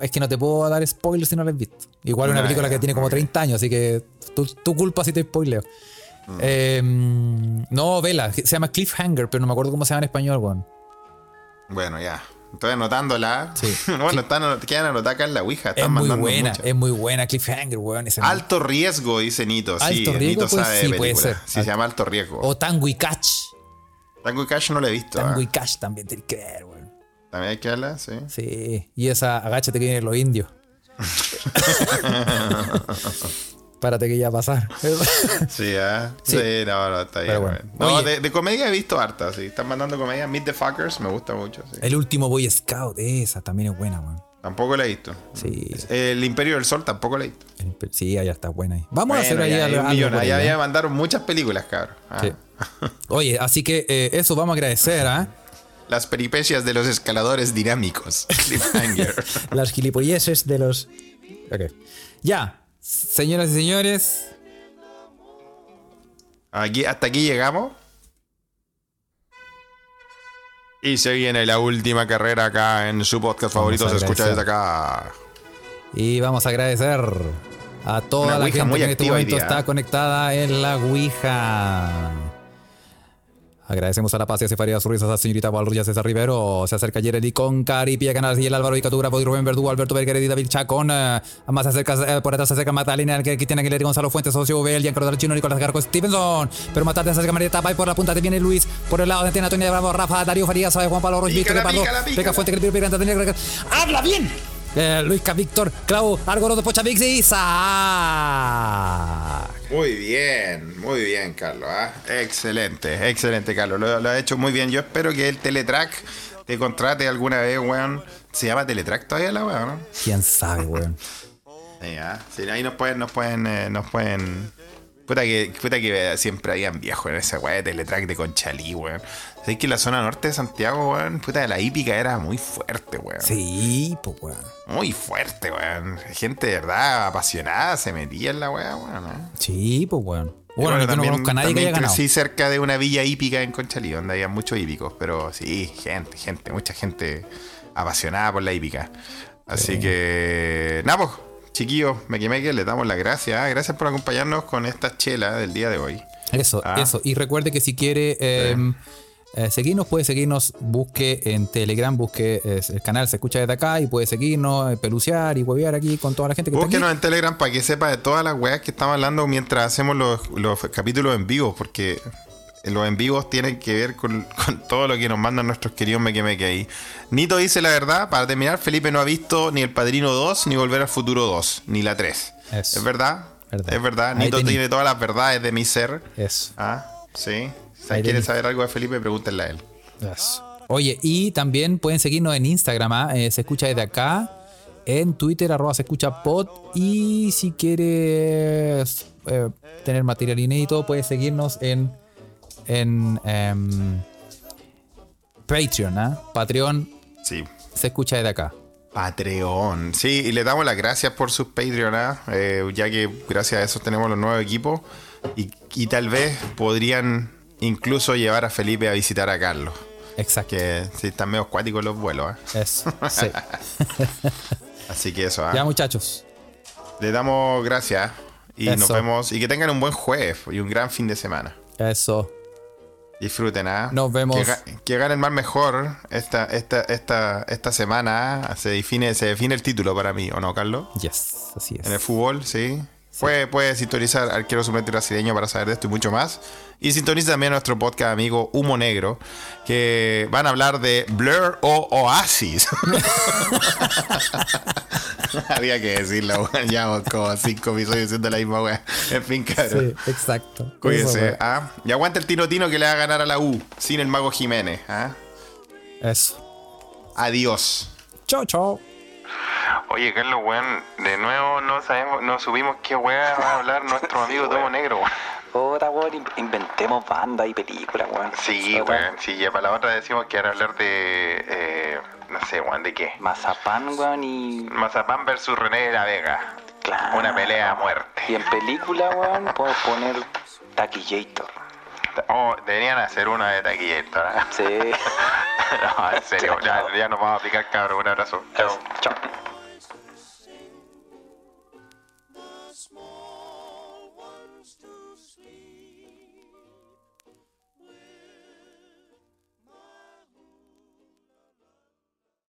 Speaker 3: Es que no te puedo dar spoilers si no la has visto. Igual una
Speaker 2: Ah,
Speaker 3: película
Speaker 2: ya,
Speaker 3: que tiene como
Speaker 2: ok.
Speaker 3: 30 años, así que tu, tu culpa si te spoileo.
Speaker 2: Mm.
Speaker 3: Eh, no, vela. Se llama Cliffhanger, pero no me acuerdo cómo se llama en español, weón.
Speaker 2: Bueno, ya. Estoy anotándola.
Speaker 3: Sí.
Speaker 2: *laughs* bueno, están, anot- quedan anotadas acá en la Ouija. Están
Speaker 3: Es muy
Speaker 2: mandando
Speaker 3: buena,
Speaker 2: muchas.
Speaker 3: es muy buena Cliffhanger, weón. ese nombre.
Speaker 2: Alto riesgo, dice Nito. Sí,
Speaker 3: Alto riesgo,
Speaker 2: Nito
Speaker 3: pues,
Speaker 2: sabe
Speaker 3: sí,
Speaker 2: de
Speaker 3: puede
Speaker 2: películas.
Speaker 3: ser.
Speaker 2: Sí, se llama Alto Riesgo.
Speaker 3: O Tango y Cash.
Speaker 2: Tango y Cash no lo he visto.
Speaker 3: Tango
Speaker 2: ah.
Speaker 3: y Cash también tenés que ver, weón.
Speaker 2: También hay que
Speaker 3: *laughs*
Speaker 2: hablar, sí.
Speaker 3: Sí, y esa agáchate que vienen los
Speaker 2: *laughs*
Speaker 3: indios. Párate que ya va a
Speaker 2: *laughs*
Speaker 3: pasar.
Speaker 2: Sí, ¿ah?
Speaker 3: Sí.
Speaker 2: Sí, no, no, está
Speaker 3: Pero
Speaker 2: bien.
Speaker 3: bueno.
Speaker 2: güey. No,
Speaker 3: Oye.
Speaker 2: de, de comedia he visto harta, sí. Están mandando comedia. Meet the Fuckers, me gusta mucho, sí.
Speaker 3: El último Boy Scout, esa también es buena, weón.
Speaker 2: Tampoco la he visto.
Speaker 3: Sí,
Speaker 2: El Imperio del Sol tampoco la he visto.
Speaker 3: el- sí, allá está buena ahí. Vamos a
Speaker 2: Mm. Bueno,
Speaker 3: hacer ahí
Speaker 2: ya, hay
Speaker 3: algo.
Speaker 2: un
Speaker 3: algo
Speaker 2: millón.
Speaker 3: por
Speaker 2: Allá
Speaker 3: ahí, ¿eh?
Speaker 2: ya mandaron muchas películas, cabrón. Ah.
Speaker 3: Sí. Oye, así que eh, eso vamos a agradecer,
Speaker 2: *laughs*
Speaker 3: ¿ah?
Speaker 2: Las peripecias de los escaladores dinámicos. *laughs* Cliffhanger.
Speaker 3: *laughs* Las gilipolleses de los. Ok. Ya, señoras y señores,
Speaker 2: Aquí, hasta aquí llegamos. Y se viene la última carrera acá en su podcast favorito.
Speaker 3: a
Speaker 2: Se escucha desde
Speaker 3: agradecer.
Speaker 2: acá.
Speaker 3: Y vamos a agradecer a toda
Speaker 2: Una
Speaker 3: la
Speaker 2: ouija
Speaker 3: gente
Speaker 2: muy
Speaker 3: que en este
Speaker 2: activa hoy
Speaker 3: momento
Speaker 2: día, ¿eh?
Speaker 3: está conectada en la Ouija. Agradecemos a La Paz y a Cefaría Surrizas, a señorita Valruya, César Rivero, se acerca Yereli con Caripia, Canal y el Álvaro Icatura, Body Rubén Verdugo, Alberto Berger, David Chacón, eh, más se acerca, eh, por atrás se acerca Matalina, que Cristiana Aguilera, Gonzalo Fuentes, Socio Bel, Giancarlo del Chino, Nicolás Garco, Stevenson, pero más tarde se acerca María Tapay, por la punta te viene Luis, por el lado de Antonio de Bravo, Rafa, Darío Farías, Juan Pablo Roy, Víctor
Speaker 2: Pícala,
Speaker 3: Pardo,
Speaker 2: pícala, pícala.
Speaker 3: Peca Fuente, Creativo, Piranta, Daniel Greca- ¡Habla bien! Eh, Luisca, Víctor, Clau, Argorodo, Pochavix y Isaac.
Speaker 2: Muy bien, muy bien, Carlos. ¿ah? Excelente, excelente, Carlos. Lo, lo ha hecho muy bien. Yo espero que el Teletrack te contrate alguna vez, weón. Se llama Teletrack todavía la weón, ¿no?
Speaker 3: ¿Quién sabe, weón?
Speaker 2: Sí, ah. Sí, ahí nos pueden, nos pueden, eh, nos pueden. Puta que, puta que siempre habían viejos en esa weá de Teletrack de Conchalí, weón. Sabes que la zona norte de Santiago, weón, puta, la hípica era muy fuerte, weón.
Speaker 3: Sí, pues, weón.
Speaker 2: Muy fuerte, weón. Gente de verdad apasionada se metía en la weá, weón. ¿eh?
Speaker 3: Sí, pues, weón.
Speaker 2: Yo
Speaker 3: Bueno, yo
Speaker 2: creo
Speaker 3: no
Speaker 2: que también-
Speaker 3: conozco a nadie que
Speaker 2: también
Speaker 3: haya ganado.
Speaker 2: crecí cerca de una villa hípica en Conchalí, donde había muchos hípicos, pero sí, gente, gente, mucha gente apasionada por la hípica. Así que, nada, pues, chiquillos, me quemé que les damos las gracias. Ah, Gracias por acompañarnos con esta chela del día de hoy.
Speaker 3: Eso,
Speaker 2: Ah.
Speaker 3: eso. Y recuerde que si quiere eh, eh, seguirnos, puede seguirnos, busque en Telegram, busque eh, el canal, se escucha desde acá y puede seguirnos, eh, pelucear y huevear aquí con toda la gente que está
Speaker 2: Búsquenos
Speaker 3: aquí.
Speaker 2: en Telegram para que sepa de todas las weas que estamos hablando mientras hacemos los, los capítulos en vivo, porque los en vivos tienen que ver con, con todo lo que nos mandan nuestros queridos mequemeque ahí. Nito dice la verdad, para terminar, Felipe no ha visto ni El Padrino 2, ni Volver al Futuro 2, ni la 3.
Speaker 3: Eso.
Speaker 2: ¿Es verdad?
Speaker 3: Verdad.
Speaker 2: Es verdad.
Speaker 3: Ahí
Speaker 2: Nito
Speaker 3: tení.
Speaker 2: tiene todas las verdades de mi ser.
Speaker 3: Eso,
Speaker 2: Ah, sí. Si
Speaker 3: Ahí
Speaker 2: quieren
Speaker 3: tení.
Speaker 2: saber algo de Felipe, pregúntenle a él.
Speaker 3: eso. Oye, y también pueden seguirnos en Instagram, ah, eh, se escucha desde acá, en Twitter, arroba se escucha pod. Y si quieres eh, tener material inédito, puedes seguirnos en, en em, Patreon, ¿ah? Patreon
Speaker 2: Sí.
Speaker 3: se escucha desde acá.
Speaker 2: Patreon. Sí, y le damos las gracias por sus Patreon, ¿ah? Eh, ya que gracias a eso tenemos los nuevos equipos. Y, y tal vez podrían incluso llevar a Felipe a visitar a Carlos.
Speaker 3: Exacto.
Speaker 2: Que sí, están medio acuáticos los vuelos. ¿ah?
Speaker 3: Eso.
Speaker 2: *laughs*
Speaker 3: Sí.
Speaker 2: Así que eso. ¿ah?
Speaker 3: ya, muchachos.
Speaker 2: Le damos gracias y nos
Speaker 3: Eso.
Speaker 2: vemos. Y que tengan un buen jueves y un gran fin de semana.
Speaker 3: Eso.
Speaker 2: Disfruten, ¿ah?
Speaker 3: Nos vemos.
Speaker 2: Que, ga- que ganen más mejor esta, esta, esta, esta semana. ¿ah? Se define, se define el título para mí, ¿o no, Carlos?
Speaker 3: Yes. Así es.
Speaker 2: En el fútbol, sí. Puede, puede sintonizar Arquero Suplente Brasileño para saber de esto y mucho más. Y sintoniza también nuestro podcast amigo Humo Negro, que van a hablar de Blur o Oasis. *laughs* Había que decirlo, weón. Ya como cinco episodios diciendo la misma weá. En fin, cabrón.
Speaker 3: Sí, exacto.
Speaker 2: Cuídense,
Speaker 3: Eso.
Speaker 2: ¿ah? Y aguanta el tiro tino que le va a ganar a la U sin el mago Jiménez, ¿ah?
Speaker 3: Eso.
Speaker 2: Adiós.
Speaker 3: Chao, chao.
Speaker 5: Oye, Carlos, weón, de nuevo no sabemos, no subimos qué weá va a hablar nuestro amigo Tomo Negro, weón.
Speaker 6: Ahora, weón, in- inventemos bandas y películas, weón.
Speaker 5: Sí,
Speaker 6: Ahora,
Speaker 5: weón, sí, ya para la otra decimos que era hablar de, eh, no sé, weón, de qué.
Speaker 6: Mazapán, weón, y.
Speaker 5: Mazapán versus René de la Vega.
Speaker 6: Claro.
Speaker 5: Una pelea a muerte.
Speaker 6: Y en película, weón, puedo poner Taquillator.
Speaker 5: Oh, deberían hacer una de *laughs* taquillito, ¿no?
Speaker 6: Sí.
Speaker 5: No, en serio, ya, ya nos vamos a aplicar, cabrón, un abrazo. Chao.
Speaker 6: Chao.